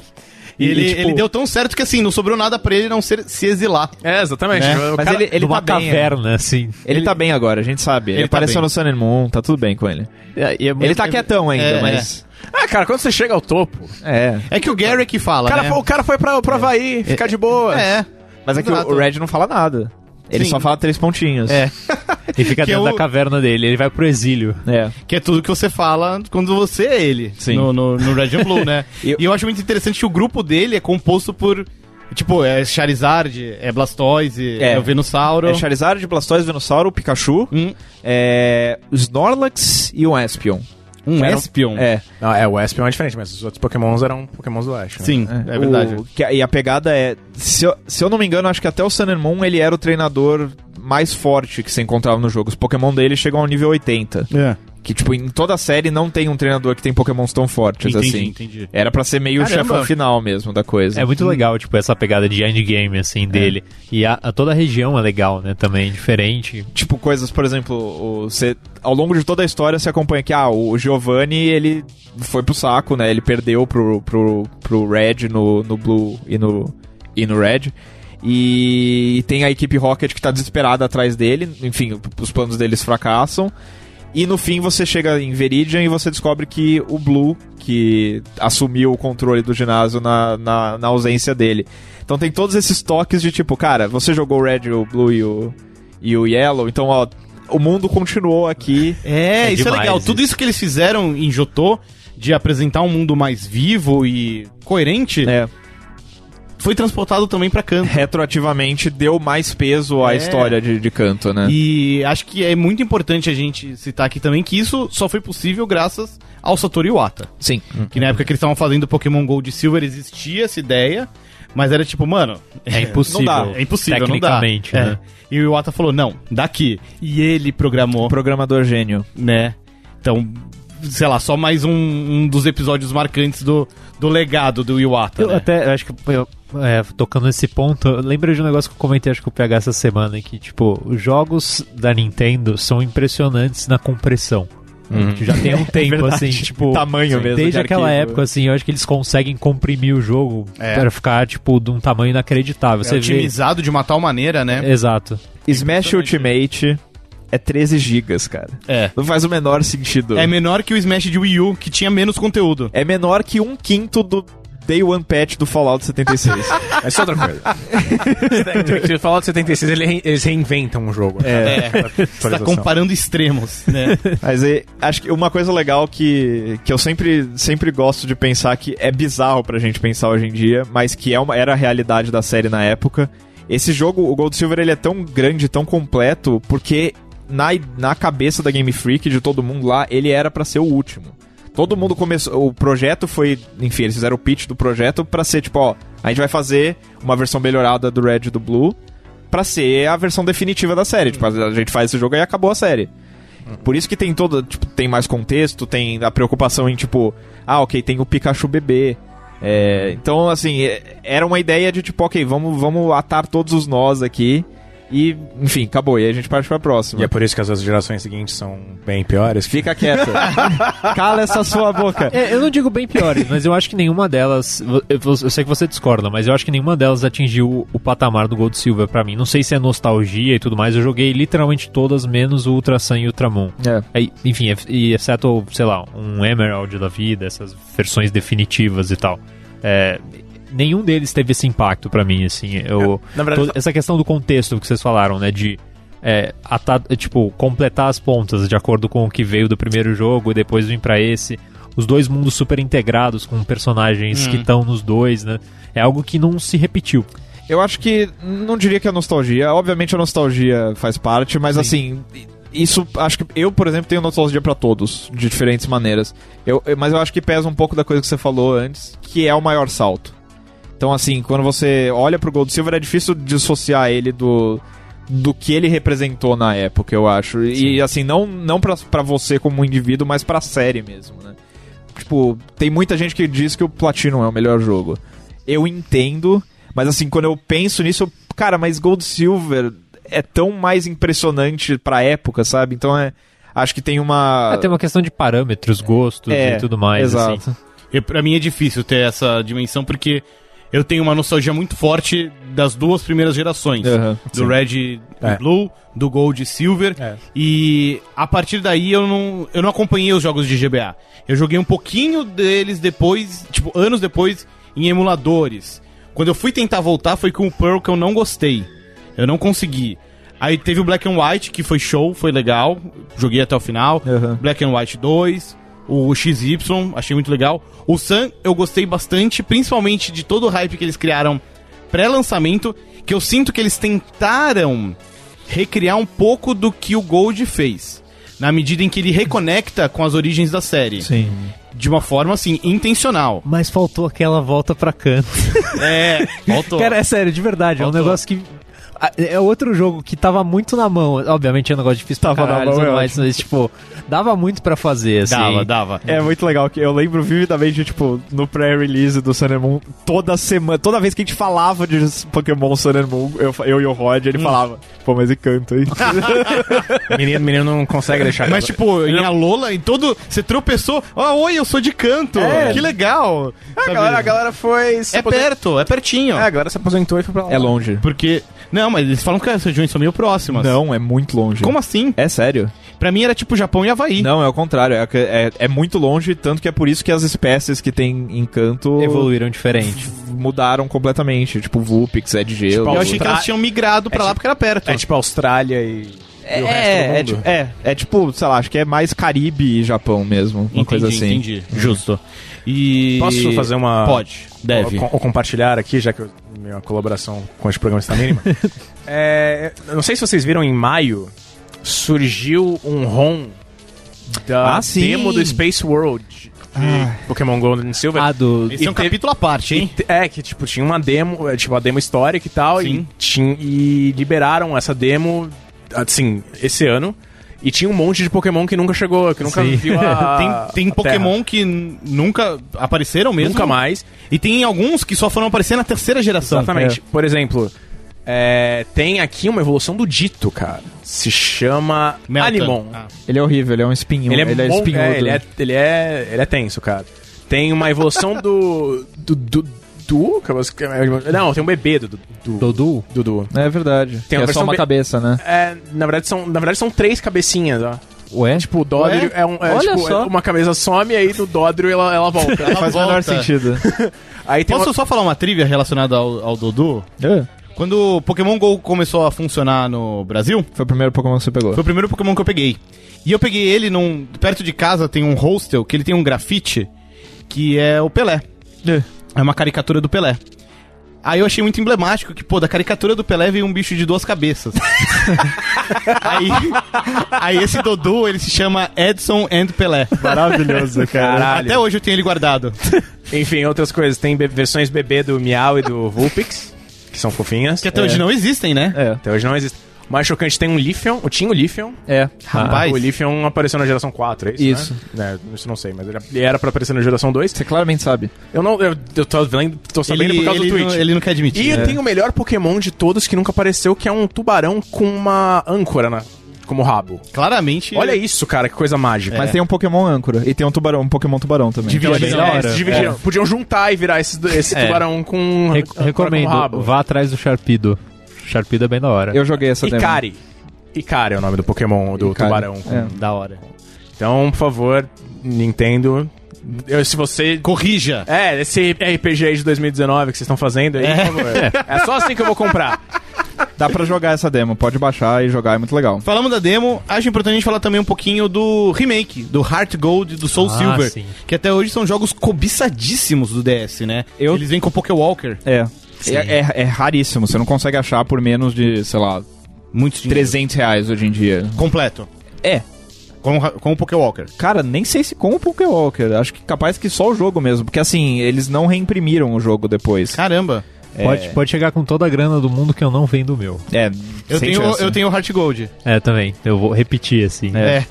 B: E,
A: ele,
B: tipo-
A: ele deu tão certo que assim, não sobrou nada pra ele não ser, se exilar.
D: É, exatamente.
A: Né?
D: O
C: Mas
D: cara-
C: ele, ele
B: numa
C: tá bem. é.
B: caverna, assim.
C: Ele, tá bem agora, a gente sabe. Ele,
A: Ele tá
C: apareceu
A: bem.
C: no Sun and Moon, tá tudo bem com ele.
B: E- e é
C: Ele
B: muito-
C: tá quietão ainda,
A: é,
C: mas.
D: Ah, cara, quando você chega ao topo.
C: É.
A: É que o Gary que fala,
D: cara,
A: né?
D: foi- O cara foi pra, pro Havaí, ficar de boa.
A: É,
C: Mas é que o-
A: Exato.
C: o Red não fala nada. Ele
A: Sim.
C: só fala três pontinhos.
A: É.
B: E fica
A: que
B: dentro
A: é o-
B: da caverna dele, ele vai pro exílio.
C: É.
A: que é tudo que você fala quando você é ele
C: Sim.
A: No, no, no Red and Blue, né?
C: E-
A: E eu acho muito interessante que o grupo dele é composto por, tipo, é Charizard, é Blastoise,
C: É.
A: é, o Venusauro.
C: É Charizard, Blastoise, Venusauro, Pikachu,
A: Hum,
C: é, o Snorlax e o Espion.
A: um
C: Era um-
A: Espion.
C: É,
D: Não, é, o Espion é diferente, mas os outros pokémons eram pokémons do Ash. né?
A: Sim, é, verdade.
C: O- que a- e a pegada é, se eu, se eu não me engano, acho que até o Sun and Moon ele era o treinador mais forte que se encontrava no jogo. Os Pokémon dele chegam ao nível 80,
A: É.
C: que tipo em toda a série não tem um treinador que tem Pokémons tão fortes
A: Entendi,
C: assim.
A: entendi.
C: Era pra ser meio o
A: Caramba.
C: chefão final mesmo da coisa.
B: É muito legal, tipo, essa pegada de endgame, assim, dele. E a, a- toda a região é legal, né? Também, diferente.
C: tipo coisas, por exemplo, o- você, ao longo de toda a história você acompanha que ah, o Giovanni ele foi pro saco, né? Ele perdeu pro, pro, pro Red no, no Blue e no, e no Red. E tem a equipe Rocket que tá desesperada atrás dele. Enfim, os planos deles fracassam. E no fim você chega em Veridian e você descobre que o Blue, que assumiu o controle do ginásio na, na, na ausência dele. Então tem todos esses toques de tipo, cara, você jogou o Red, o Blue e o, e o Yellow, então ó, o mundo continuou aqui.
A: É,
B: É
A: isso é
B: demais
A: legal. Tudo
B: isso.
A: isso que eles fizeram em Jotô, de apresentar um mundo mais vivo e coerente,
C: É,
A: foi transportado também pra canto.
C: retroativamente deu mais peso à
A: É.
C: história de, de canto,
B: É.
C: né?
A: E acho que é muito importante a gente citar aqui também que isso só foi possível graças ao Satoru Iwata.
C: Sim.
A: Que na época que eles estavam fazendo Pokémon Gold e Silver existia essa ideia, mas era tipo, mano,
B: É impossível.
C: dá,
A: é impossível, não dá.
B: Tecnicamente,
A: É.
B: né?
A: E o Iwata falou, não, daqui. E ele programou,
C: um Programador gênio.
A: né? Então, sei lá, só mais um, um dos episódios marcantes do, do legado do Iwata,
B: Eu
A: né?
B: até eu acho que eu, é, tocando nesse ponto, eu lembro de um negócio que eu comentei acho que o PH essa semana que tipo, os jogos da Nintendo são impressionantes na compressão.
A: Uhum.
B: Que Já tem um tempo
C: verdade.
B: assim, tipo,
C: Tamanho mesmo de
B: Desde aquela
C: arquivo.
B: época assim, eu acho que eles conseguem comprimir o jogo
A: É.
B: pra ficar tipo de um tamanho inacreditável.
A: É
B: Você vê
A: otimizado de uma tal maneira, né?
B: Exato.
C: Smash Ultimate é 13 gigas, cara.
A: É.
C: Não faz o menor sentido.
A: É menor que o Smash de Wii U, que tinha menos conteúdo.
C: É menor que um quinto do Day One Patch do Fallout 76.
D: Mas isso é outra coisa. Se eu falar de 76, ele re- eles reinventam o jogo. né?
A: É. Você tá
D: Atualização.
A: comparando extremos, né?
C: Mas e, acho que uma coisa legal que, que eu sempre, sempre gosto de pensar que é bizarro pra gente pensar hoje em dia, mas que é uma, era a realidade da série na época. Esse jogo, o Gold Silver, ele é tão grande, tão completo, porque na, i- na cabeça da Game Freak, de todo mundo lá, ele era pra ser o último. Todo mundo começou. O projeto foi. Enfim, eles fizeram o pitch do projeto pra ser tipo, ó, a gente vai fazer uma versão melhorada do Red e do Blue pra ser a versão definitiva da série. Tipo, a gente faz esse jogo e acabou a série. Por isso que tem todo, tipo, tem mais contexto, tem a preocupação em tipo, ah, ok, tem o Pikachu bebê. É, então, assim, é- era uma ideia de tipo, ok, vamos, vamos atar todos os nós aqui e, enfim, acabou. E aí a gente parte pra próxima.
D: E é por isso que as gerações seguintes são bem piores.
C: Fica quieto. Cala essa sua boca.
B: É, eu não digo bem piores, mas eu acho que nenhuma delas. vo- Eu, eu sei que você discorda, mas eu acho que nenhuma delas atingiu o, o patamar do Gold Silver pra mim. Não sei se é nostalgia e tudo mais. Eu joguei literalmente todas, menos o Ultra Sun e o Ultramon.
C: É.
B: Aí, enfim, ex- e exceto, sei lá, um Emerald da vida, essas versões definitivas e tal. É, nenhum deles teve esse impacto pra mim, assim. Eu,
D: Na verdade,
B: toda- essa questão do contexto que vocês falaram, né? De é, atar- é, tipo, completar as pontas de acordo com o que veio do primeiro jogo e depois vir pra esse. Os dois mundos Hum. super integrados com personagens que estão nos dois, né? É algo que não se repetiu.
C: Eu acho que não diria que a nostalgia. Obviamente a nostalgia faz parte, mas assim, isso acho que eu, por exemplo, tenho nostalgia pra todos, de diferentes maneiras. Eu, eu- mas eu acho que pesa um pouco da coisa que você falou antes, que é o maior salto. Então assim, quando você olha pro Gold Silver é difícil dissociar ele do do que ele representou na época, eu acho. E assim, não não pra- pra você como indivíduo, mas pra série mesmo, né? Tipo, tem muita gente que diz que o Platinum é o melhor jogo. Eu entendo, mas assim, quando eu penso nisso, eu- cara, mas Gold Silver é tão mais impressionante pra época, sabe? Então é. Acho que tem uma.
B: Ah, tem uma questão de parâmetros, gostos
C: É,
B: e tudo mais.
C: exato.
B: assim.
A: Eu, pra mim é difícil ter essa dimensão, porque eu tenho uma nostalgia muito forte das duas primeiras gerações.
B: É.
C: Aham,
A: do Red
D: É.
A: e Blue, do Gold e Silver.
D: É.
A: E a partir daí eu não, eu não acompanhei os jogos de GBA. Eu joguei um pouquinho deles depois, tipo, anos depois, em emuladores. Quando eu fui tentar voltar, foi com o Pearl que eu não gostei. Eu não consegui. Aí teve o Black and White, que foi show, foi legal. Joguei até o final.
C: Aham.
A: Black and White 2, o XY, achei muito legal. O Sun, eu gostei bastante, principalmente de todo o hype que eles criaram pré-lançamento, que eu sinto que eles tentaram recriar um pouco do que o Gold fez. Na medida em que ele reconecta com as origens da série.
C: Sim.
A: De uma forma, assim, intencional.
B: Mas faltou aquela volta pra canto.
A: É, faltou.
B: Cara, é sério, de verdade, é um
A: Faltou.
B: negócio que. Ah, É outro jogo que tava muito na mão. Obviamente é um negócio difícil pra
C: Tava na
B: caralho,
C: mão,
B: tudo
C: é
B: mais, mas, tipo, dava muito pra fazer, assim.
A: dava, dava.
C: É muito legal que eu lembro vividamente, de, tipo, no pré-release do Sun and Moon, toda semana, toda vez que a gente falava de Pokémon Sun and Moon, eu, fa- eu e o Rod, ele falava, pô, mas e canto aí?
D: Menino, menino não consegue deixar.
A: Mas, tipo, em a Lola, em todo. Você tropeçou. Ah, oi, eu sou de canto.
D: É.
A: Que legal.
D: a
A: Sabe?
D: galera, a galera foi. se
A: É
D: aposen-
A: perto, é pertinho.
D: É, a galera se aposentou e foi pra lá.
C: longe.
A: Porque. Não, mas eles falam que essas regiões são meio próximas.
C: Não, é muito longe.
A: Como assim?
C: É sério?
A: Pra mim era tipo Japão e Havaí.
C: Não, é o contrário. É, é- é muito longe, tanto que é por isso que as espécies que tem
B: Tipo,
C: encanto
B: Evoluíram diferente.
C: mudaram completamente. Tipo, Vulpix, é de gelo.
A: Eu achei que elas tinham migrado pra lá porque era perto.
D: É tipo Austrália e.
C: É,
D: e o resto do
C: é,
D: mundo.
C: tipo- é, é tipo, sei lá, acho que é mais Caribe e Japão mesmo. Uma coisa assim.
A: entendi. Justo. E.
D: Posso fazer uma.
A: é Pode, deve.
D: Ou, ou compartilhar aqui, já que eu- minha colaboração com esse programa está mínima. É, eu não sei se vocês viram, em maio surgiu um ROM da
C: Ah, sim.
D: demo do Space World de Pokémon Gold and Silver.
B: Ah, do.
A: Esse é um capítulo à parte, hein?
D: Te- É, que tipo, tinha uma demo, é, tipo, a demo histórica e tal, e,
A: Sim.
D: tin- e liberaram essa demo, assim, esse ano. E tinha um monte de Pokémon que nunca chegou, que nunca
B: Sim.
D: viu a.
A: tem tem
D: Ah, a
A: Pokémon que n- nunca apareceram
D: Terra.
A: mesmo. Tá,
D: Nunca mais.
A: E tem alguns que só foram aparecer na terceira geração.
D: Exatamente. Por exemplo, é, tem aqui uma evolução do Dito, cara. Se chama
A: Meltan.
D: Animon.
A: Ah.
C: Ele é horrível, ele é um espinho. Ele é,
D: mon-
C: espinhudo.
D: é, ele, é, ele, é, ele é tenso, cara. Tem uma evolução do. do. do. do não, tem um bebê do. do, do
B: Dodu?
D: Dudu.
C: É verdade.
D: Tem uma
C: é só
D: versão
C: uma
D: be-
C: cabeça, né?
D: É, na, verdade são, na verdade são três cabecinhas, ó.
B: Ué?
D: Tipo, o Dodrio é, um, é,
B: Olha
D: tipo,
B: só.
D: é uma cabeça some e aí do Dodrio ela, ela volta.
A: Ela
C: Faz o menor
A: volta.
C: sentido.
D: aí tem
A: Posso
D: uma-
A: só falar uma trivia relacionada ao, ao Dudu?
C: É,
A: Quando o Pokémon GO começou a funcionar no Brasil,
C: Foi o primeiro Pokémon que você pegou.
A: Foi o primeiro Pokémon que eu peguei. E eu peguei ele num. Perto de casa tem um hostel que ele tem um grafite que é o Pelé. É uma caricatura do Pelé. Aí eu achei muito emblemático que, pô, da caricatura do Pelé veio um bicho de duas cabeças. aí, aí esse Dodô, ele se chama Edson and Pelé.
C: Maravilhoso,
D: Caralho.
A: Até hoje eu tenho ele guardado.
D: Enfim, outras coisas. Tem be- versões bebê do Miau e do Vulpix, que são fofinhas.
A: Que é até hoje não existem, né?
C: É.
D: Até hoje não existe. O mais chocante tem um Lifion, o tinha o Lifion.
C: É.
A: Rapaz.
D: O Lifion apareceu na geração 4, é isso?
C: Isso.
D: Né? É, isso eu não sei, mas ele- ele era pra aparecer na geração 2.
C: Você claramente sabe.
D: Eu não. Eu, eu tô, vendo, tô sabendo
A: ele,
D: por causa
A: ele
D: do Twitch.
A: Não, ele não quer admitir.
D: E
A: É.
D: tem o melhor Pokémon de todos que nunca apareceu, que é um tubarão com uma âncora na, como rabo.
A: Claramente.
D: Olha isso, cara, que coisa mágica.
C: Mas tem um Pokémon âncora. E tem um tubarão, um Pokémon tubarão também.
A: Devia-
D: Então, eles,
A: dividiram.
D: é, eles dividiram. Podiam juntar e virar esse, esse
A: É.
D: tubarão com
B: Re-
D: âncora com
B: Ah, recomendo,
D: rabo.
B: vá atrás do Sharpido. Sharpido é bem da hora.
C: Eu joguei essa demo.
D: Ikari. Ikari é o nome do Pokémon do
C: Ikari.
D: tubarão. com-
C: É.
A: Da hora.
D: Então, por favor, Nintendo, eu- se você...
A: Corrija.
D: É, esse RPG aí de 2019 que vocês estão fazendo aí, por favor. É só assim que eu vou comprar.
C: Dá pra jogar essa demo. Pode baixar e jogar, é muito legal.
A: Falamos da demo, acho importante a gente falar também um pouquinho do remake, do Heart Gold e do Soul
B: Ah,
A: Silver,
B: sim.
A: que até hoje são jogos cobiçadíssimos do DS, né?
C: Eu-
A: Eles vêm com o Poké Walker.
C: É. É, é- é raríssimo, você não consegue achar por menos de, sei lá,
A: Muito dinheiro.
C: 300 reais hoje em dia.
A: Completo.
C: É.
A: Com, o ra- com o Pokéwalker.
C: Cara, nem sei se com o Pokéwalker. Acho que capaz que só o jogo mesmo. Porque assim, eles não reimprimiram o jogo depois.
A: Caramba.
B: Pode, pode chegar com toda a grana do mundo que eu não vendo o meu.
C: É,
A: Eu
C: sem
A: tenho,
C: chance.
A: eu tenho o Heart Gold.
B: É, também. Eu vou repetir assim.
A: É.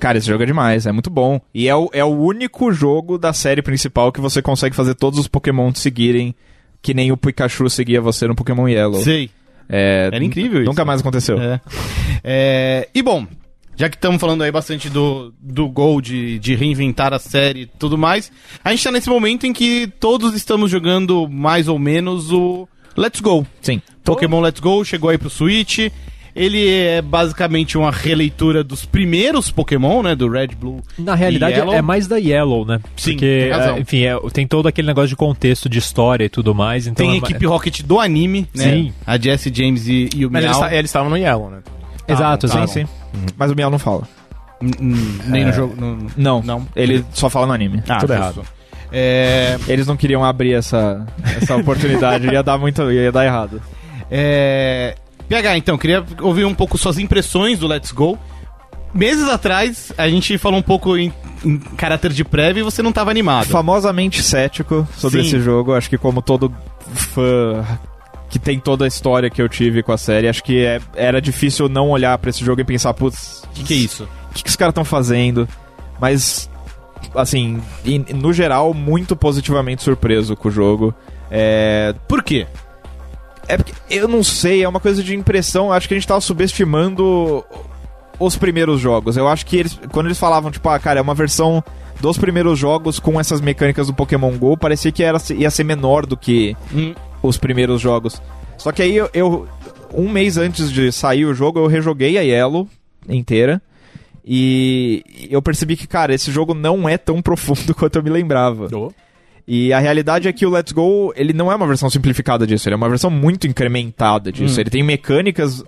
C: Cara, esse jogo é demais, é muito bom. E é o, é o único jogo da série principal que você consegue fazer todos os Pokémon te seguirem, que nem o Pikachu seguia você no Pokémon Yellow.
A: Sei.
C: É,
A: Era incrível isso.
C: Nunca mais aconteceu.
A: É. É, e bom, já que estamos falando aí bastante do, do Gold, de, de reinventar a série e tudo mais, a gente tá nesse momento em que todos estamos jogando mais ou menos o Let's Go.
C: Sim.
A: Pokémon Let's Go chegou aí pro Switch. Ele é basicamente uma releitura dos primeiros Pokémon, né? Do Red, Blue.
B: Na realidade,
A: Yellow?
B: é mais da Yellow, né?
A: Sim,
B: Porque,
A: tem razão.
B: ah, enfim, é- tem todo aquele negócio de contexto, de história e tudo mais. Então
A: Tem a
B: é ma-
A: equipe Rocket do anime, né?
B: Sim.
A: A Jesse James e, e o
D: Mas eles
A: Miau.
D: ta- eles estavam no Yellow, né?
B: Exato,
C: Sim,
B: exato.
C: sim.
A: Uhum.
C: Mas o Miau não fala.
A: Hum, hum, Nem no jogo. no- no-
C: Não.
A: Não.
C: Ele só fala no anime.
A: Ah,
D: Tudo
A: justo.
D: errado.
A: É,
C: Eles não queriam abrir essa, essa oportunidade, ia dar muito, ia dar errado.
A: É... PH, então, queria ouvir um pouco suas impressões do Let's Go. Meses atrás, a gente falou um pouco em, em caráter de prévio e você não tava animado.
C: Famosamente cético sobre
A: Sim.
C: esse jogo, acho que como todo fã que tem toda a história que eu tive com a série, acho que é- era difícil não olhar pra esse jogo e pensar, putz,
A: que, que é isso?
C: o que, que os caras estão fazendo? Mas, assim, em- no geral, muito positivamente surpreso com o jogo. É,
A: Por quê?
C: é porque, eu não sei, é uma coisa de impressão. Acho que a gente tava subestimando os primeiros jogos. Eu acho que eles, quando eles falavam, tipo, ah, cara, é uma versão dos primeiros jogos com essas mecânicas do Pokémon GO, parecia que era, ia ser menor do que
A: Hum.
C: os primeiros jogos. Só que aí eu, eu- um mês antes de sair o jogo, eu rejoguei a Yellow inteira. E eu percebi que, cara, esse jogo não é tão profundo quanto eu me lembrava. E a realidade é que o Let's Go, ele não é uma versão simplificada disso, ele é uma versão muito incrementada disso. Ele tem mecânicas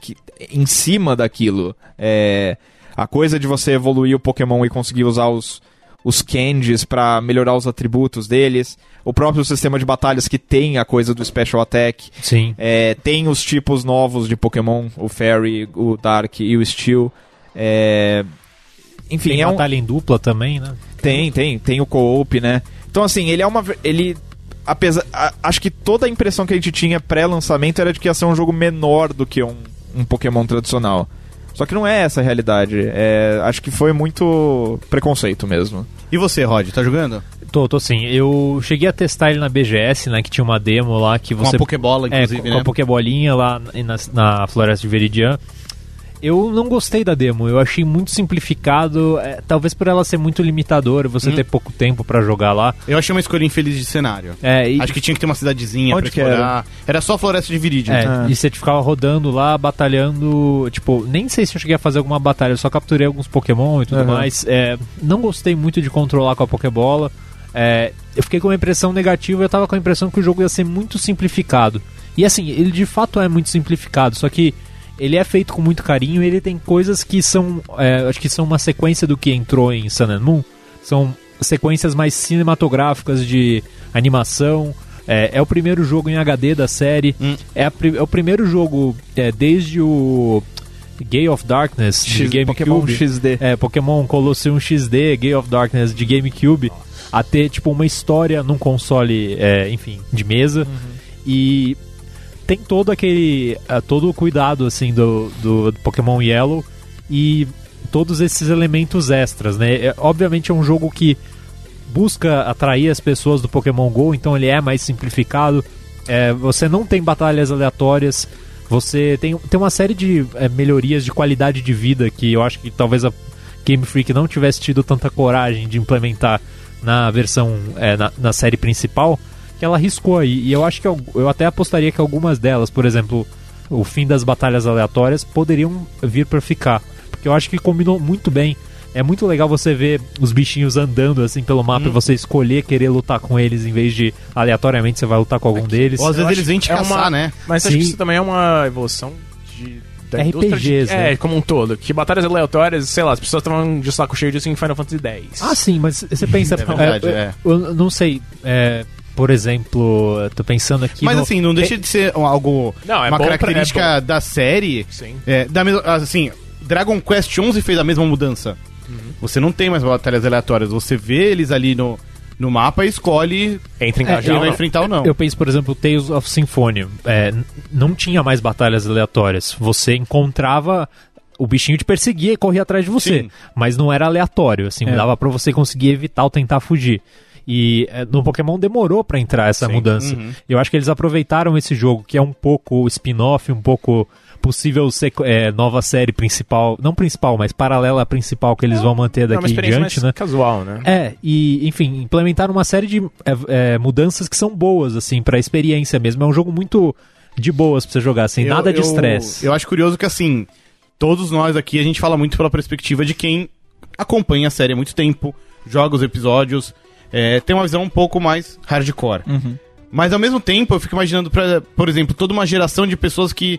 C: que, em cima daquilo. É, a coisa de você evoluir o Pokémon e conseguir usar os, os candies pra melhorar os atributos deles. O próprio sistema de batalhas que tem a coisa do Special Attack.
B: Sim.
C: É, tem os tipos novos de Pokémon, o Fairy, o Dark e o Steel. É, enfim,
B: Tem
C: é um...
B: batalha em dupla também, né?
C: Tem, tem, tem o co-op, né? Então, assim, ele é uma. ver- Ele. Apesar. a- acho que toda a impressão que a gente tinha pré-lançamento era de que ia ser um jogo menor do que um, um Pokémon tradicional. Só que não é essa a realidade. É, acho que foi muito preconceito mesmo.
A: E você, Rod, tá jogando?
B: Tô, tô sim. Eu cheguei a testar ele na BGS, né? Que tinha uma demo lá que
A: Com
B: você.
A: a Pokébola,
B: é,
A: inclusive,
B: com,
A: né?
B: com a Pokébolinha lá na, na Floresta de Veridian. Eu não gostei da demo, eu achei muito simplificado, é, talvez por ela ser muito limitadora, você ter pouco tempo pra jogar lá.
A: Eu achei uma escolha infeliz de cenário.
B: É, e,
A: Acho que tinha que ter uma cidadezinha pra
C: Onde que
A: explorar. Era? só a Floresta de Viridian.
B: É,
C: Ah.
B: e você ficava rodando lá, batalhando. Tipo, nem sei se eu cheguei a fazer alguma batalha, eu só capturei alguns Pokémon e tudo
C: Aham.
B: mais. É, não gostei muito de controlar com a Pokébola. É, eu fiquei com uma impressão negativa, eu tava com a impressão que o jogo ia ser muito simplificado. E assim, ele de fato é muito simplificado, só que ele é feito com muito carinho e ele tem coisas que são. é, acho que são uma sequência do que entrou em Sun and Moon. São sequências mais cinematográficas de animação. É, é o primeiro jogo em HD da série.
A: Hum.
B: É, a pri- é o primeiro jogo é, desde o Gay of Darkness de
C: X- Pokémon
B: GameCube.
C: XD.
B: É, Pokémon Colosseum XD, Gay of Darkness de GameCube, a ter, tipo, uma história num console, é, enfim, de mesa. E tem todo aquele. eh, todo o cuidado, assim, do, do Pokémon Yellow e todos esses elementos extras, né? É, obviamente é um jogo que busca atrair as pessoas do Pokémon Go, então ele é mais simplificado. É, você não tem batalhas aleatórias. Você tem, tem uma série de é, melhorias de qualidade de vida que eu acho que talvez a Game Freak não tivesse tido tanta coragem de implementar na versão, é, na, na série principal, que ela arriscou aí. E eu acho que eu, eu até apostaria que algumas delas, por exemplo, o fim das batalhas aleatórias, poderiam vir pra ficar. Porque eu acho que combinou muito bem. É muito legal você ver os bichinhos andando assim pelo mapa
A: Hum.
B: e você escolher querer lutar com eles em vez de aleatoriamente você vai lutar com algum deles.
A: Ou às vezes
D: acho
A: eles vêm te
D: que é
A: caçar,
D: uma-
A: né?
D: Mas
B: Sim.
D: acho que isso também é uma evolução de. Da
B: RPGs,
D: indústria de,
B: né?
D: É, como um todo. Que batalhas aleatórias, sei lá, as pessoas estavam de saco cheio disso em Final Fantasy X.
B: Ah, sim, mas você pensa.
A: É verdade, é.
B: Eu, eu não sei. é, por exemplo, eu tô pensando aqui.
A: Mas
B: no-
A: assim, não deixa de ser um- algo.
D: Não, é
A: uma
D: bom pra- é
A: característica da série.
D: Sim.
A: É, da mesma, assim, Dragon Quest XI fez a mesma mudança.
D: Uhum.
A: Você não tem mais batalhas aleatórias. Você vê eles ali no, no mapa e escolhe
D: Entra em
B: É,
A: quem
D: cajal. né?
A: vai enfrentar ou não.
B: Eu penso, por exemplo, Tales of Symphonia. É, n- não tinha mais batalhas aleatórias. Você encontrava. O bichinho te perseguia e corria atrás de você.
A: Sim.
B: Mas não era aleatório, assim,
A: É.
B: dava pra você conseguir evitar ou tentar fugir. E é, no Pokémon demorou pra entrar essa mudança.
D: Uhum.
B: Eu acho que eles aproveitaram esse jogo, que é um pouco spin-off, um pouco possível sequ- é, nova série principal, não principal, mas paralela à principal que eles vão manter
D: É uma
B: daqui em
D: experiência
B: diante,
D: mais
B: né?
D: casual, né?
B: É, e, enfim, implementaram uma série de é, é, mudanças que são boas, assim, pra experiência mesmo. É um jogo muito de boas pra você jogar, sem
A: Eu-
B: nada de
A: eu-
B: estresse.
A: Eu acho curioso que, assim, todos nós aqui a gente fala muito pela perspectiva de quem acompanha a série há muito tempo, joga os episódios, é, tem uma visão um pouco mais hardcore.
B: Uhum.
A: Mas ao mesmo tempo, eu fico imaginando, pra, por exemplo, toda uma geração de pessoas que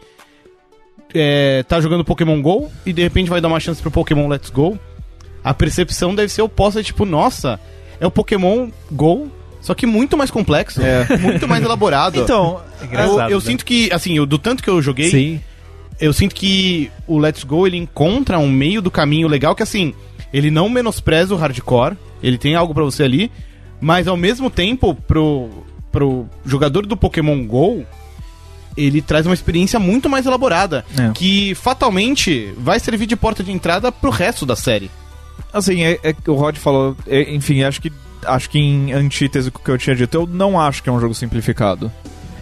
A: é, tá jogando Pokémon GO e de repente vai dar uma chance pro Pokémon Let's Go. A percepção deve ser oposta, tipo, nossa, é o Pokémon GO, só que muito mais complexo, muito mais elaborado.
C: Então,
A: eu, eu
B: né?
A: sinto que, assim, eu- do tanto que eu joguei,
B: Sim.
A: eu sinto que o Let's Go ele encontra um meio do caminho legal que assim, ele não menospreza o hardcore, ele tem algo pra você ali, mas ao mesmo tempo pro pro jogador do Pokémon Go, ele traz uma experiência muito mais elaborada,
C: É.
A: que fatalmente vai servir de porta de entrada pro resto da série.
C: assim, é, é que o Rod falou, é, enfim, acho que acho que em antítese com o que eu tinha dito, eu não acho que é um jogo simplificado.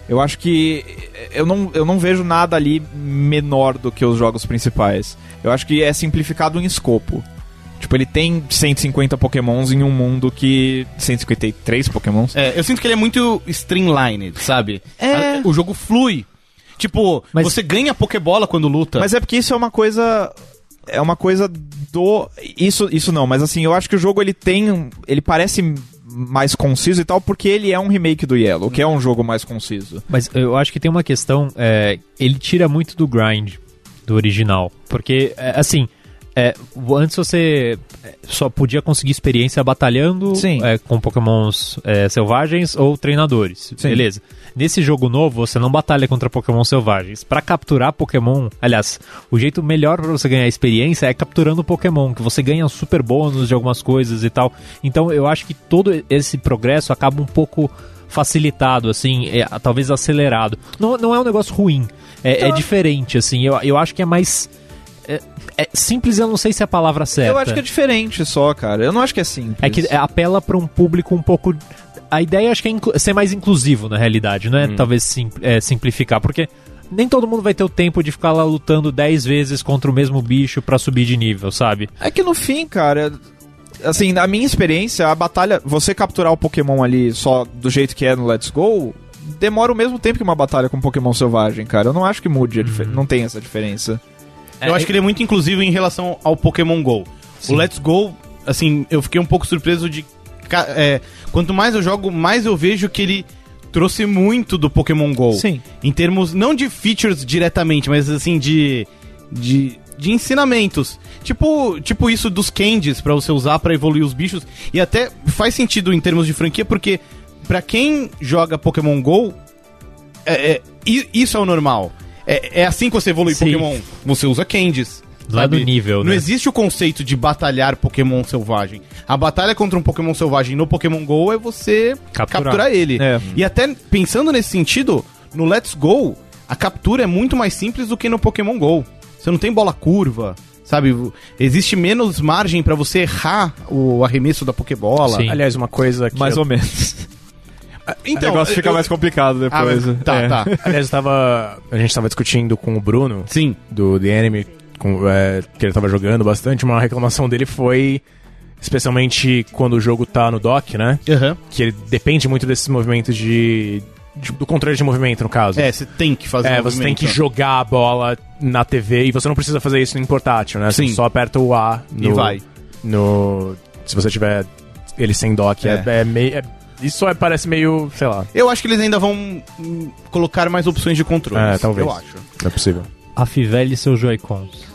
C: Eu acho que eu não, eu não vejo nada ali menor do que os jogos principais. Eu acho que é simplificado em escopo. Tipo, ele tem 150 pokémons em um mundo que... 153 pokémons?
A: É, eu sinto que ele é muito streamlined, sabe? A- O jogo flui. Tipo,
B: É. Mas-
A: você ganha Pokébola quando luta.
C: Mas é porque isso é uma coisa. É uma coisa do. Isso, isso não, mas assim, eu acho que o jogo ele tem. um- Ele parece mais conciso e tal, porque ele é um remake do Yellow, que é um jogo mais conciso.
B: Mas eu acho que tem uma questão. é, ele tira muito do grind do original. Porque, é, assim. é, vo- antes você é, só podia conseguir experiência batalhando
C: Sim.
B: é, com pokémons é, selvagens ou treinadores.
C: Sim.
B: Beleza. Nesse jogo novo, você não batalha contra pokémon selvagens. Pra capturar pokémon... Aliás, o jeito melhor pra você ganhar experiência é capturando pokémon, que você ganha um super bônus de algumas coisas e tal. Então, eu acho que todo esse progresso acaba um pouco facilitado, assim, é, talvez acelerado. Não, não é um negócio ruim. É, é diferente, assim. Eu, eu acho que é mais... É, é simples, eu não sei se é a palavra certa.
C: Eu acho que é diferente só, cara. Eu não acho que é simples.
B: É que apela pra um público um pouco. A ideia acho que é inclu- ser mais inclusivo, na realidade, não é talvez sim- é, simplificar, porque nem todo mundo vai ter o tempo de ficar lá lutando 10 vezes contra o mesmo bicho pra subir de nível, sabe?
C: É que no fim, cara. Assim, na minha experiência, a batalha. Você capturar o Pokémon ali só do jeito que é no Let's Go. Demora o mesmo tempo que uma batalha com Pokémon selvagem, cara. Eu não acho que mude a dife- Não tem essa diferença.
A: eu acho que ele é muito inclusivo em relação ao Pokémon GO. O Let's Go, assim, eu fiquei um pouco surpreso de... ca- é, quanto mais eu jogo, mais eu vejo que ele trouxe muito do Pokémon GO.
C: Sim.
A: Em termos, não de features diretamente, mas assim, de... de de ensinamentos. Tipo, tipo isso dos candies pra você usar pra evoluir os bichos e até faz sentido em termos de franquia porque pra quem joga Pokémon Go é- é- i- isso é o normal. É, é assim que você evolui
B: Sim.
A: Pokémon. Você usa candies.
B: Não é do nível,
A: Não
B: né?
A: existe o conceito de batalhar Pokémon selvagem. A batalha contra um Pokémon selvagem no Pokémon GO é você
B: Capturar.
A: capturar, ele.
C: É.
A: E até pensando nesse sentido, no Let's Go, a captura é muito mais simples do que no Pokémon GO. Você não tem bola curva, sabe? Existe menos margem pra você errar o arremesso da Pokébola.
B: Sim.
D: Aliás, uma
B: É,
D: coisa que.
C: Mais
D: eu...
C: ou menos.
A: Então,
C: o negócio fica
A: eu-
C: mais complicado
A: Ah,
C: depois.
A: tá,
C: É.
A: tá.
D: Aliás, eu tava. A gente tava discutindo com o Bruno,
A: Sim.
D: do The Enemy, com- é, que ele tava jogando bastante. Uma reclamação dele foi. Especialmente quando o jogo tá no dock, né?
A: Aham.
D: Que ele depende muito desses movimentos de. de- do controle de movimento, no caso.
A: É, você tem que fazer
D: É,
A: um
D: você tem
A: movimento.
D: que jogar a bola na TV e você não precisa fazer isso em portátil, né?
A: Sim.
D: Você só aperta o A no,
A: E vai.
D: no. Se você tiver ele sem dock. É, é meio. é- isso é- parece meio. sei lá.
A: Eu acho que eles ainda vão hum, colocar mais opções de controle.
D: É, talvez.
A: Eu acho.
D: Não é possível.
B: Afivele seus Joy-Cons.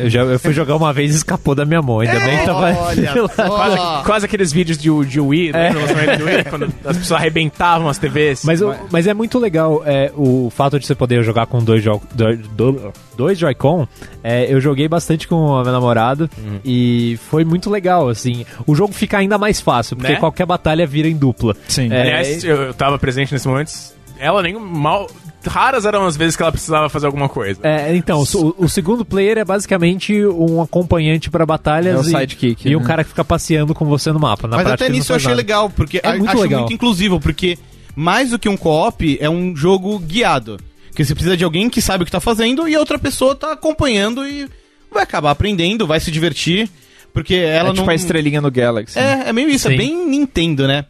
B: Eu, já, eu fui jogar uma vez e escapou da minha mão. Ainda bem que
D: Então
B: tava.
A: É, Olha só.
D: Quase aqueles vídeos de, de Wii,
A: É.
D: né? Do lançamento do Wii, quando as pessoas arrebentavam as TVs.
B: Mas, o- mas é muito legal é, o fato de você poder jogar com dois, jo do- do- dois Joy-Con. É, eu joguei bastante com a minha namorada
A: Uhum.
B: e foi muito legal, assim. O jogo fica ainda mais fácil, porque
D: Né?
B: qualquer batalha vira em dupla.
C: Sim.
B: É,
D: Aliás, eu, eu tava presente nesse momento. Ela nem mal. Raras eram as vezes que ela precisava fazer alguma coisa.
B: É, então, o, o segundo player é basicamente um acompanhante pra
C: É o
B: batalhas e,
C: sidekick,
B: e um
C: né?
B: cara que fica passeando com você no mapa. Na
A: Mas
B: prática,
A: até
B: ele não
A: nisso eu
B: faz
A: achei
B: nada.
A: legal, porque
B: É
A: a-
B: muito
A: acho
B: legal.
A: muito inclusivo, porque mais do que um co-op, é um jogo guiado. Que você precisa de alguém que sabe o que tá fazendo e a outra pessoa tá acompanhando e vai acabar aprendendo, vai se divertir, porque ela
C: é tipo
A: não...
C: a estrelinha no Galaxy.
A: É, é meio isso,
B: né? Sim.
A: é bem Nintendo, né?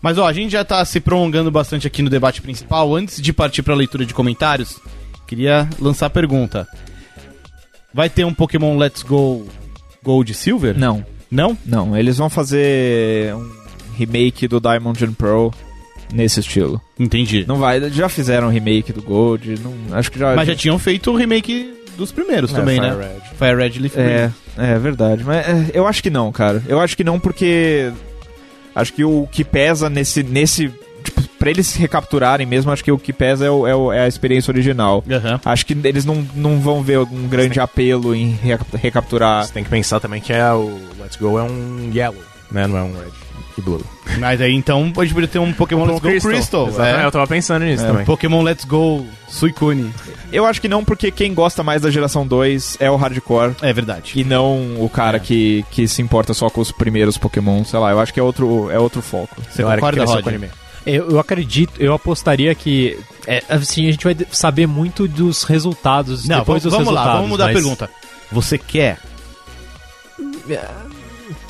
A: Mas ó, a gente já tá se prolongando bastante aqui no debate principal. Antes de partir pra leitura de comentários, queria lançar a pergunta. Vai ter um Pokémon Let's Go Gold e Silver?
C: Não,
A: Não?
C: não. Eles vão fazer um remake do Diamond and Pearl nesse estilo.
A: Entendi.
C: Não vai, já fizeram um remake do Gold, não- acho que já...
A: Mas já tinham feito o remake dos primeiros
C: É,
A: também,
C: Fire
A: né? Fire Red Leaf Green.
C: É, é verdade. Mas é, eu acho que não, cara. Eu acho que não porque acho que o que pesa nesse nesse tipo, para eles se recapturarem mesmo, acho que o que pesa é, o- é o- é a experiência original.
A: Aham.
C: Acho que eles não, não vão ver algum grande apelo em reca- recapturar.
D: Você tem que pensar também que é o Let's Go é um yellow, né? Não é um red e blue.
A: Mas aí então pode poderia ter um Pokémon Let's Go Crystal.
D: Exatamente, eu tava pensando nisso
C: É,
A: é.
D: também.
A: Pokémon Let's Go Suicune.
C: Eu acho que não porque quem gosta mais da geração 2 é o hardcore
A: É verdade.
C: e não o
A: É.
C: cara que, que se importa só com os primeiros Pokémon, sei lá. Eu acho que é outro é outro foco.
A: Você
D: Galera que
A: concorda, Roger?
D: cresceu com anime.
B: Eu, eu acredito, eu apostaria que. é, assim, a gente vai de- saber muito dos resultados
A: Não,
B: depois
A: vamos,
B: dos
A: vamos lá,
B: resultados.
A: vamos mudar
B: mas-
A: a pergunta. Você quer?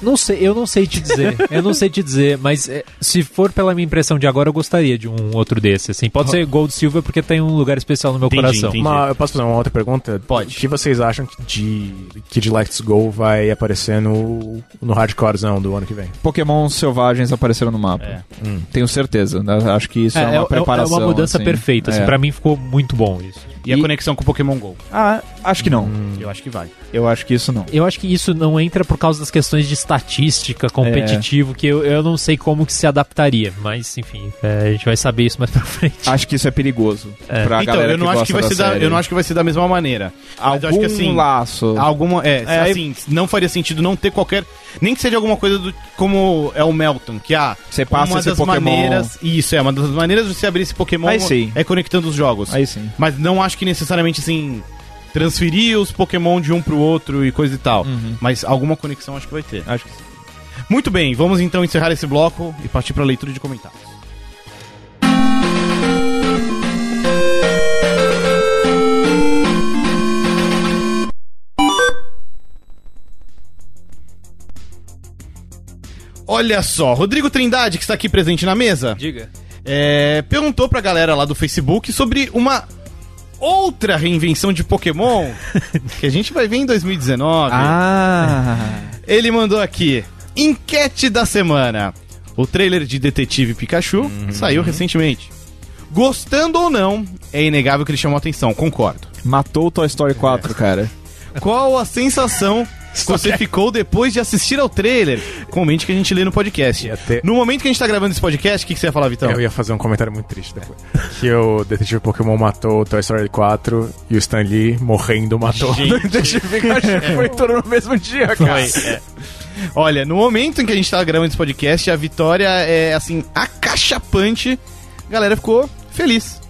B: Não sei, eu não sei te dizer. eu não sei te dizer, mas é, se for pela minha impressão de agora, eu gostaria de um outro desse. Assim. Pode ser Gold Silver, porque tem um lugar especial no meu
A: Entendi,
B: coração.
A: entendi.
D: Uma- eu posso fazer uma outra pergunta?
A: Pode.
D: O que vocês acham que de, que de Let's Go vai aparecer no, no hardcorezão do ano que vem?
C: Pokémon selvagens apareceram no mapa.
A: É.
D: Hum.
C: Tenho certeza. né? Acho que isso é,
B: É,
C: uma
B: é- é
C: preparação.
B: uma mudança
C: assim.
B: perfeita. Assim,
C: É.
B: Pra mim ficou muito bom isso.
A: E, a
C: E-
A: conexão com o Pokémon GO?
C: Ah, acho que não.
A: Eu acho que vai.
C: Eu acho que isso não.
B: Eu acho que isso não entra por causa das questões de estatística, competitivo, que eu, eu não sei como que se adaptaria. Mas, enfim, é, a gente vai saber isso mais pra frente.
C: Acho que isso é perigoso
B: É.
C: pra
A: então,
C: galera
A: eu não
C: que
A: acho
C: gosta
A: que vai
C: da
A: ser da,
C: série.
A: eu não acho que vai ser da mesma maneira. Mas
C: Algum
A: eu acho que assim,
C: laço.
A: alguma é,
C: É, aí-
A: assim, não faria sentido não ter qualquer, nem que seja alguma coisa do como é o Melton, que ah,
C: Você passa
A: uma
C: esse
A: das
C: Pokémon.
A: maneiras, isso é uma das maneiras de você abrir esse Pokémon
C: Aí sim.
A: é conectando os jogos.
C: Aí sim.
A: Mas não acho que necessariamente assim transferir os Pokémon de um pro outro e coisa e tal.
C: Uhum.
A: Mas alguma conexão acho que vai ter.
C: Acho que sim.
A: Muito bem, vamos então encerrar esse bloco e partir para a leitura de comentários. Olha só, Rodrigo Trindade, que está aqui presente na mesa,
B: Diga.
A: é, perguntou pra galera lá do Facebook sobre uma outra reinvenção de Pokémon que a gente vai ver em 2019.
C: Ah.
A: Ele mandou aqui: enquete da semana. O trailer de Detetive Pikachu
D: Uhum.
A: saiu recentemente. Gostando ou não, é inegável que ele chamou atenção, concordo.
C: Matou o Toy Story
A: É.
C: 4, cara.
A: Qual a sensação que você ficou depois de assistir ao trailer? Comente que a gente lê no podcast.
D: Ia ter-
A: No momento que a gente tá gravando esse podcast, o que, que você ia falar, Vitão?
D: Eu ia fazer um comentário muito triste depois. que o Detetive Pokémon matou o Toy Story 4 e o Stan Lee morrendo matou.
C: Foi tudo no mesmo dia, cara.
A: Foi, é. Olha, no momento em que a gente tava gravando esse podcast, a vitória é, assim, acachapante. A galera ficou feliz.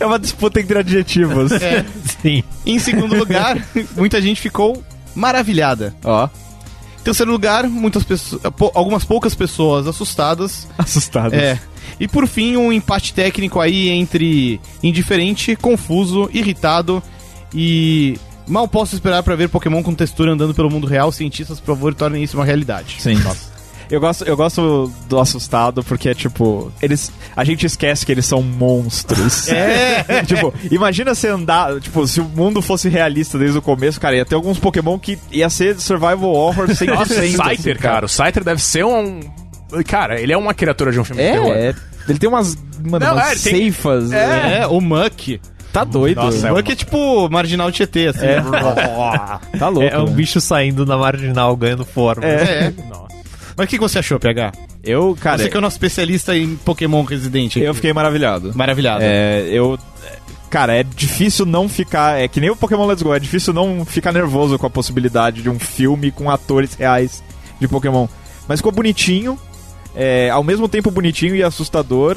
C: É uma disputa entre adjetivos.
A: É.
B: Sim.
A: Em segundo lugar, muita gente ficou maravilhada.
C: Ó,
A: Em terceiro lugar, muitas pessoas, pou- algumas poucas pessoas assustadas.
C: assustado.
A: É. E por fim, um empate técnico aí entre indiferente, confuso, irritado e mal posso esperar pra ver Pokémon com textura andando pelo mundo real. Cientistas, por favor, tornem isso uma realidade.
C: Sim. Eu gosto, eu gosto do assustado porque é tipo, eles, a gente esquece que eles são monstros.
A: É.
C: tipo, imagina você andar, tipo, se o mundo fosse realista desde o começo, cara, ia ter alguns Pokémon que ia ser survival horror sem assim,
D: Nossa, o Scyther, cara. O Scyther deve ser um. Cara, ele é uma criatura de um filme de terror.
C: É, ele tem umas, mano,
D: Não,
C: umas
D: é, ele tem-
C: ceifas. né?
A: É, o Muck.
C: tá doido. É.
D: Nossa, é
A: Porque é tipo marginal Tietê, assim. né?
C: tá louco.
B: É um
C: né?
B: bicho saindo na marginal ganhando forma.
A: É.
D: Nossa.
A: Mas o que você achou, PH?
C: Eu, cara,
A: você que é o nosso especialista em Pokémon residente.
C: eu fiquei maravilhado.
A: maravilhado.
C: É, eu. Cara, é difícil não ficar. É que nem o Pokémon Let's Go, é difícil não ficar nervoso com a possibilidade de um filme com atores reais de Pokémon. Mas ficou bonitinho, é, ao mesmo tempo bonitinho e assustador,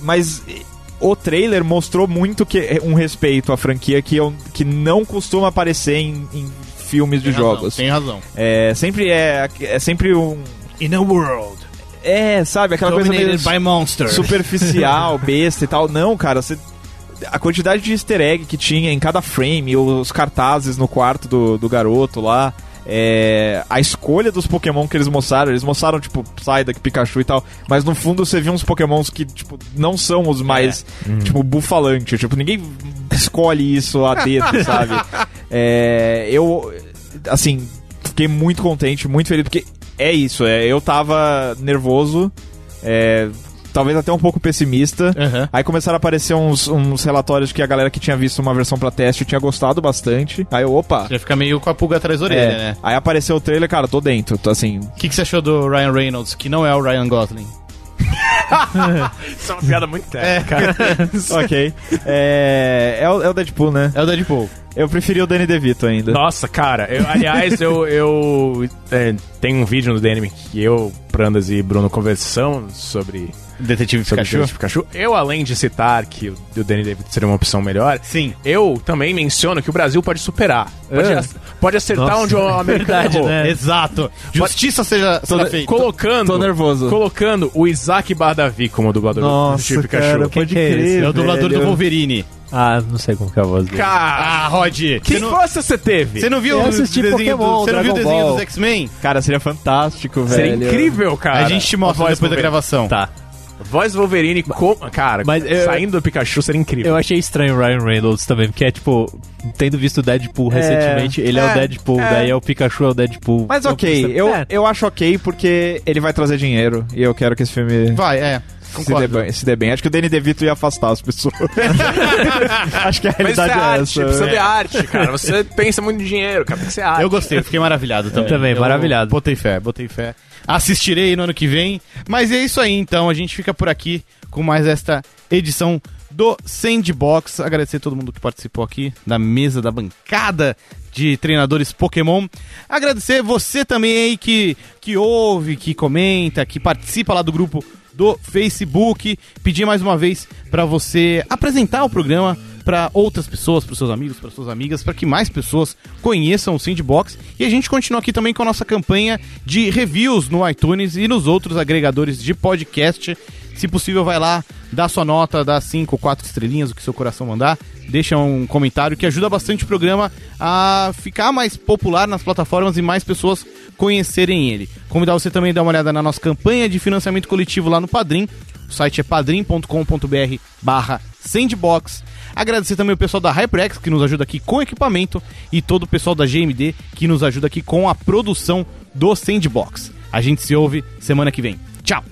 C: mas eh, o trailer mostrou muito que é um respeito à franquia que, eu, que não costuma aparecer em, em filmes de
A: Tem razão,
C: jogos.
A: Tem razão.
C: É, sempre é, é sempre um.
A: In a world
C: É, sabe, aquela coisa meio.
A: dominated by monsters.
C: superficial, besta e tal. Não, cara, você- a quantidade de easter egg que tinha em cada frame, os cartazes no quarto do, do garoto lá. é, a escolha dos Pokémon que eles mostraram, eles mostraram, tipo, Psyduck, Pikachu e tal, mas no fundo você viu uns Pokémons que, tipo, não são os mais, tipo, bufalantes, tipo, ninguém escolhe isso a dedo, sabe? É, eu, assim, fiquei muito contente, muito feliz, porque é isso, é, eu tava nervoso, é, talvez até um pouco pessimista.
A: Aham.
C: Aí começaram a aparecer uns, uns relatórios que a galera que tinha visto uma versão pra teste tinha gostado bastante. Aí eu, opa.
A: Já fica meio com a pulga atrás da orelha,
C: É.
A: né?
C: Aí apareceu o trailer, cara, tô dentro. Tô assim,
A: O que, que você achou do Ryan Reynolds, que não é o Ryan Gosling?
D: Isso é uma piada muito técnica.
C: ok. É, é, o, é o Deadpool, né?
A: É o Deadpool.
C: Eu preferi o Danny DeVito ainda.
D: Nossa, cara, eu- aliás, eu, eu é, tem um vídeo no DNM que eu, Prandas e Bruno conversamos sobre,
A: Detetive
D: sobre
A: Pikachu?
D: Detetive Pikachu. Eu, além de citar que o, o Danny DeVito seria uma opção melhor,
A: Sim.
D: eu também menciono que o Brasil pode superar. Pode,
C: Ah.
D: ac- pode acertar
B: Nossa,
D: onde o americano
B: verdade,
D: errou.
B: né? É.
A: Exato. Justiça seja, seja
D: Tô-
A: feita.
D: Colocando,
C: Tô nervoso.
D: colocando o Isaac Bardavi como dublador do Detetive Pikachu.
B: Tipo, pode crer,
A: É o dublador do Wolverine.
B: Ah, não sei como que é a voz dele.
D: Cara,
A: Ah, Rod.
D: que
A: Você não,
D: força você teve?
A: você não viu
B: Eu
A: o
B: assisti
A: desenho,
B: Pokémon,
A: do, você não viu o
B: Dragon
A: desenho
B: Ball.
A: dos X-Men?
C: Cara, seria fantástico,
D: Seria
C: velho.
D: é incrível, cara.
A: A gente te mostra
D: Voz
A: depois da
D: Wolverine.
A: gravação.
B: Tá.
D: Voz Wolverine com. Cara,
B: Mas eu-
D: saindo do Pikachu seria incrível.
B: Eu achei estranho o Ryan Reynolds também, porque é tipo, tendo visto o Deadpool
C: É.
B: recentemente, ele é,
C: É,
B: o Deadpool,
C: é.
B: daí é o Pikachu, é o Deadpool.
C: Mas
B: Não
C: ok,
B: precisa-
C: eu,
B: É.
C: eu acho ok porque ele vai trazer dinheiro e eu quero que esse filme
A: Vai, é.
C: se dê,
A: Concordo.
C: bem, se dê bem. Acho que o Danny DeVito ia afastar as pessoas. acho que a
D: Mas isso é
C: realidade é
D: arte,
C: essa.
D: precisa
C: né?
D: de arte, cara. Você pensa muito em dinheiro, cara. é Tem que ser arte.
A: Eu gostei, eu fiquei maravilhado também.
B: É. Também,
A: Eu
B: maravilhado.
A: Botei fé, botei fé. Assistirei no ano que vem. Mas é isso aí, então. A gente fica por aqui com mais esta edição do Sandbox. Agradecer a todo mundo que participou aqui da mesa, da bancada de treinadores Pokémon. Agradecer você também aí que, que ouve, que comenta, que participa lá do grupo do Facebook. Pedir mais uma vez para você apresentar o programa para outras pessoas, para seus amigos, para suas amigas, para que mais pessoas conheçam o Sandbox. E a gente continua aqui também com a nossa campanha de reviews no iTunes e nos outros agregadores de podcast. Se possível, vai lá, dá sua nota, dá cinco, quatro estrelinhas, o que seu coração mandar. Deixa um comentário que ajuda bastante o programa a ficar mais popular nas plataformas e mais pessoas conhecerem ele. Convidar você também a dar uma olhada na nossa campanha de financiamento coletivo lá no Padrim. O site é padrim.com.br barra sandbox. Agradecer também o pessoal da HyperX que nos ajuda aqui com equipamento e todo o pessoal da GMD que nos ajuda aqui com a produção do Sandbox. A gente se ouve semana que vem. Tchau!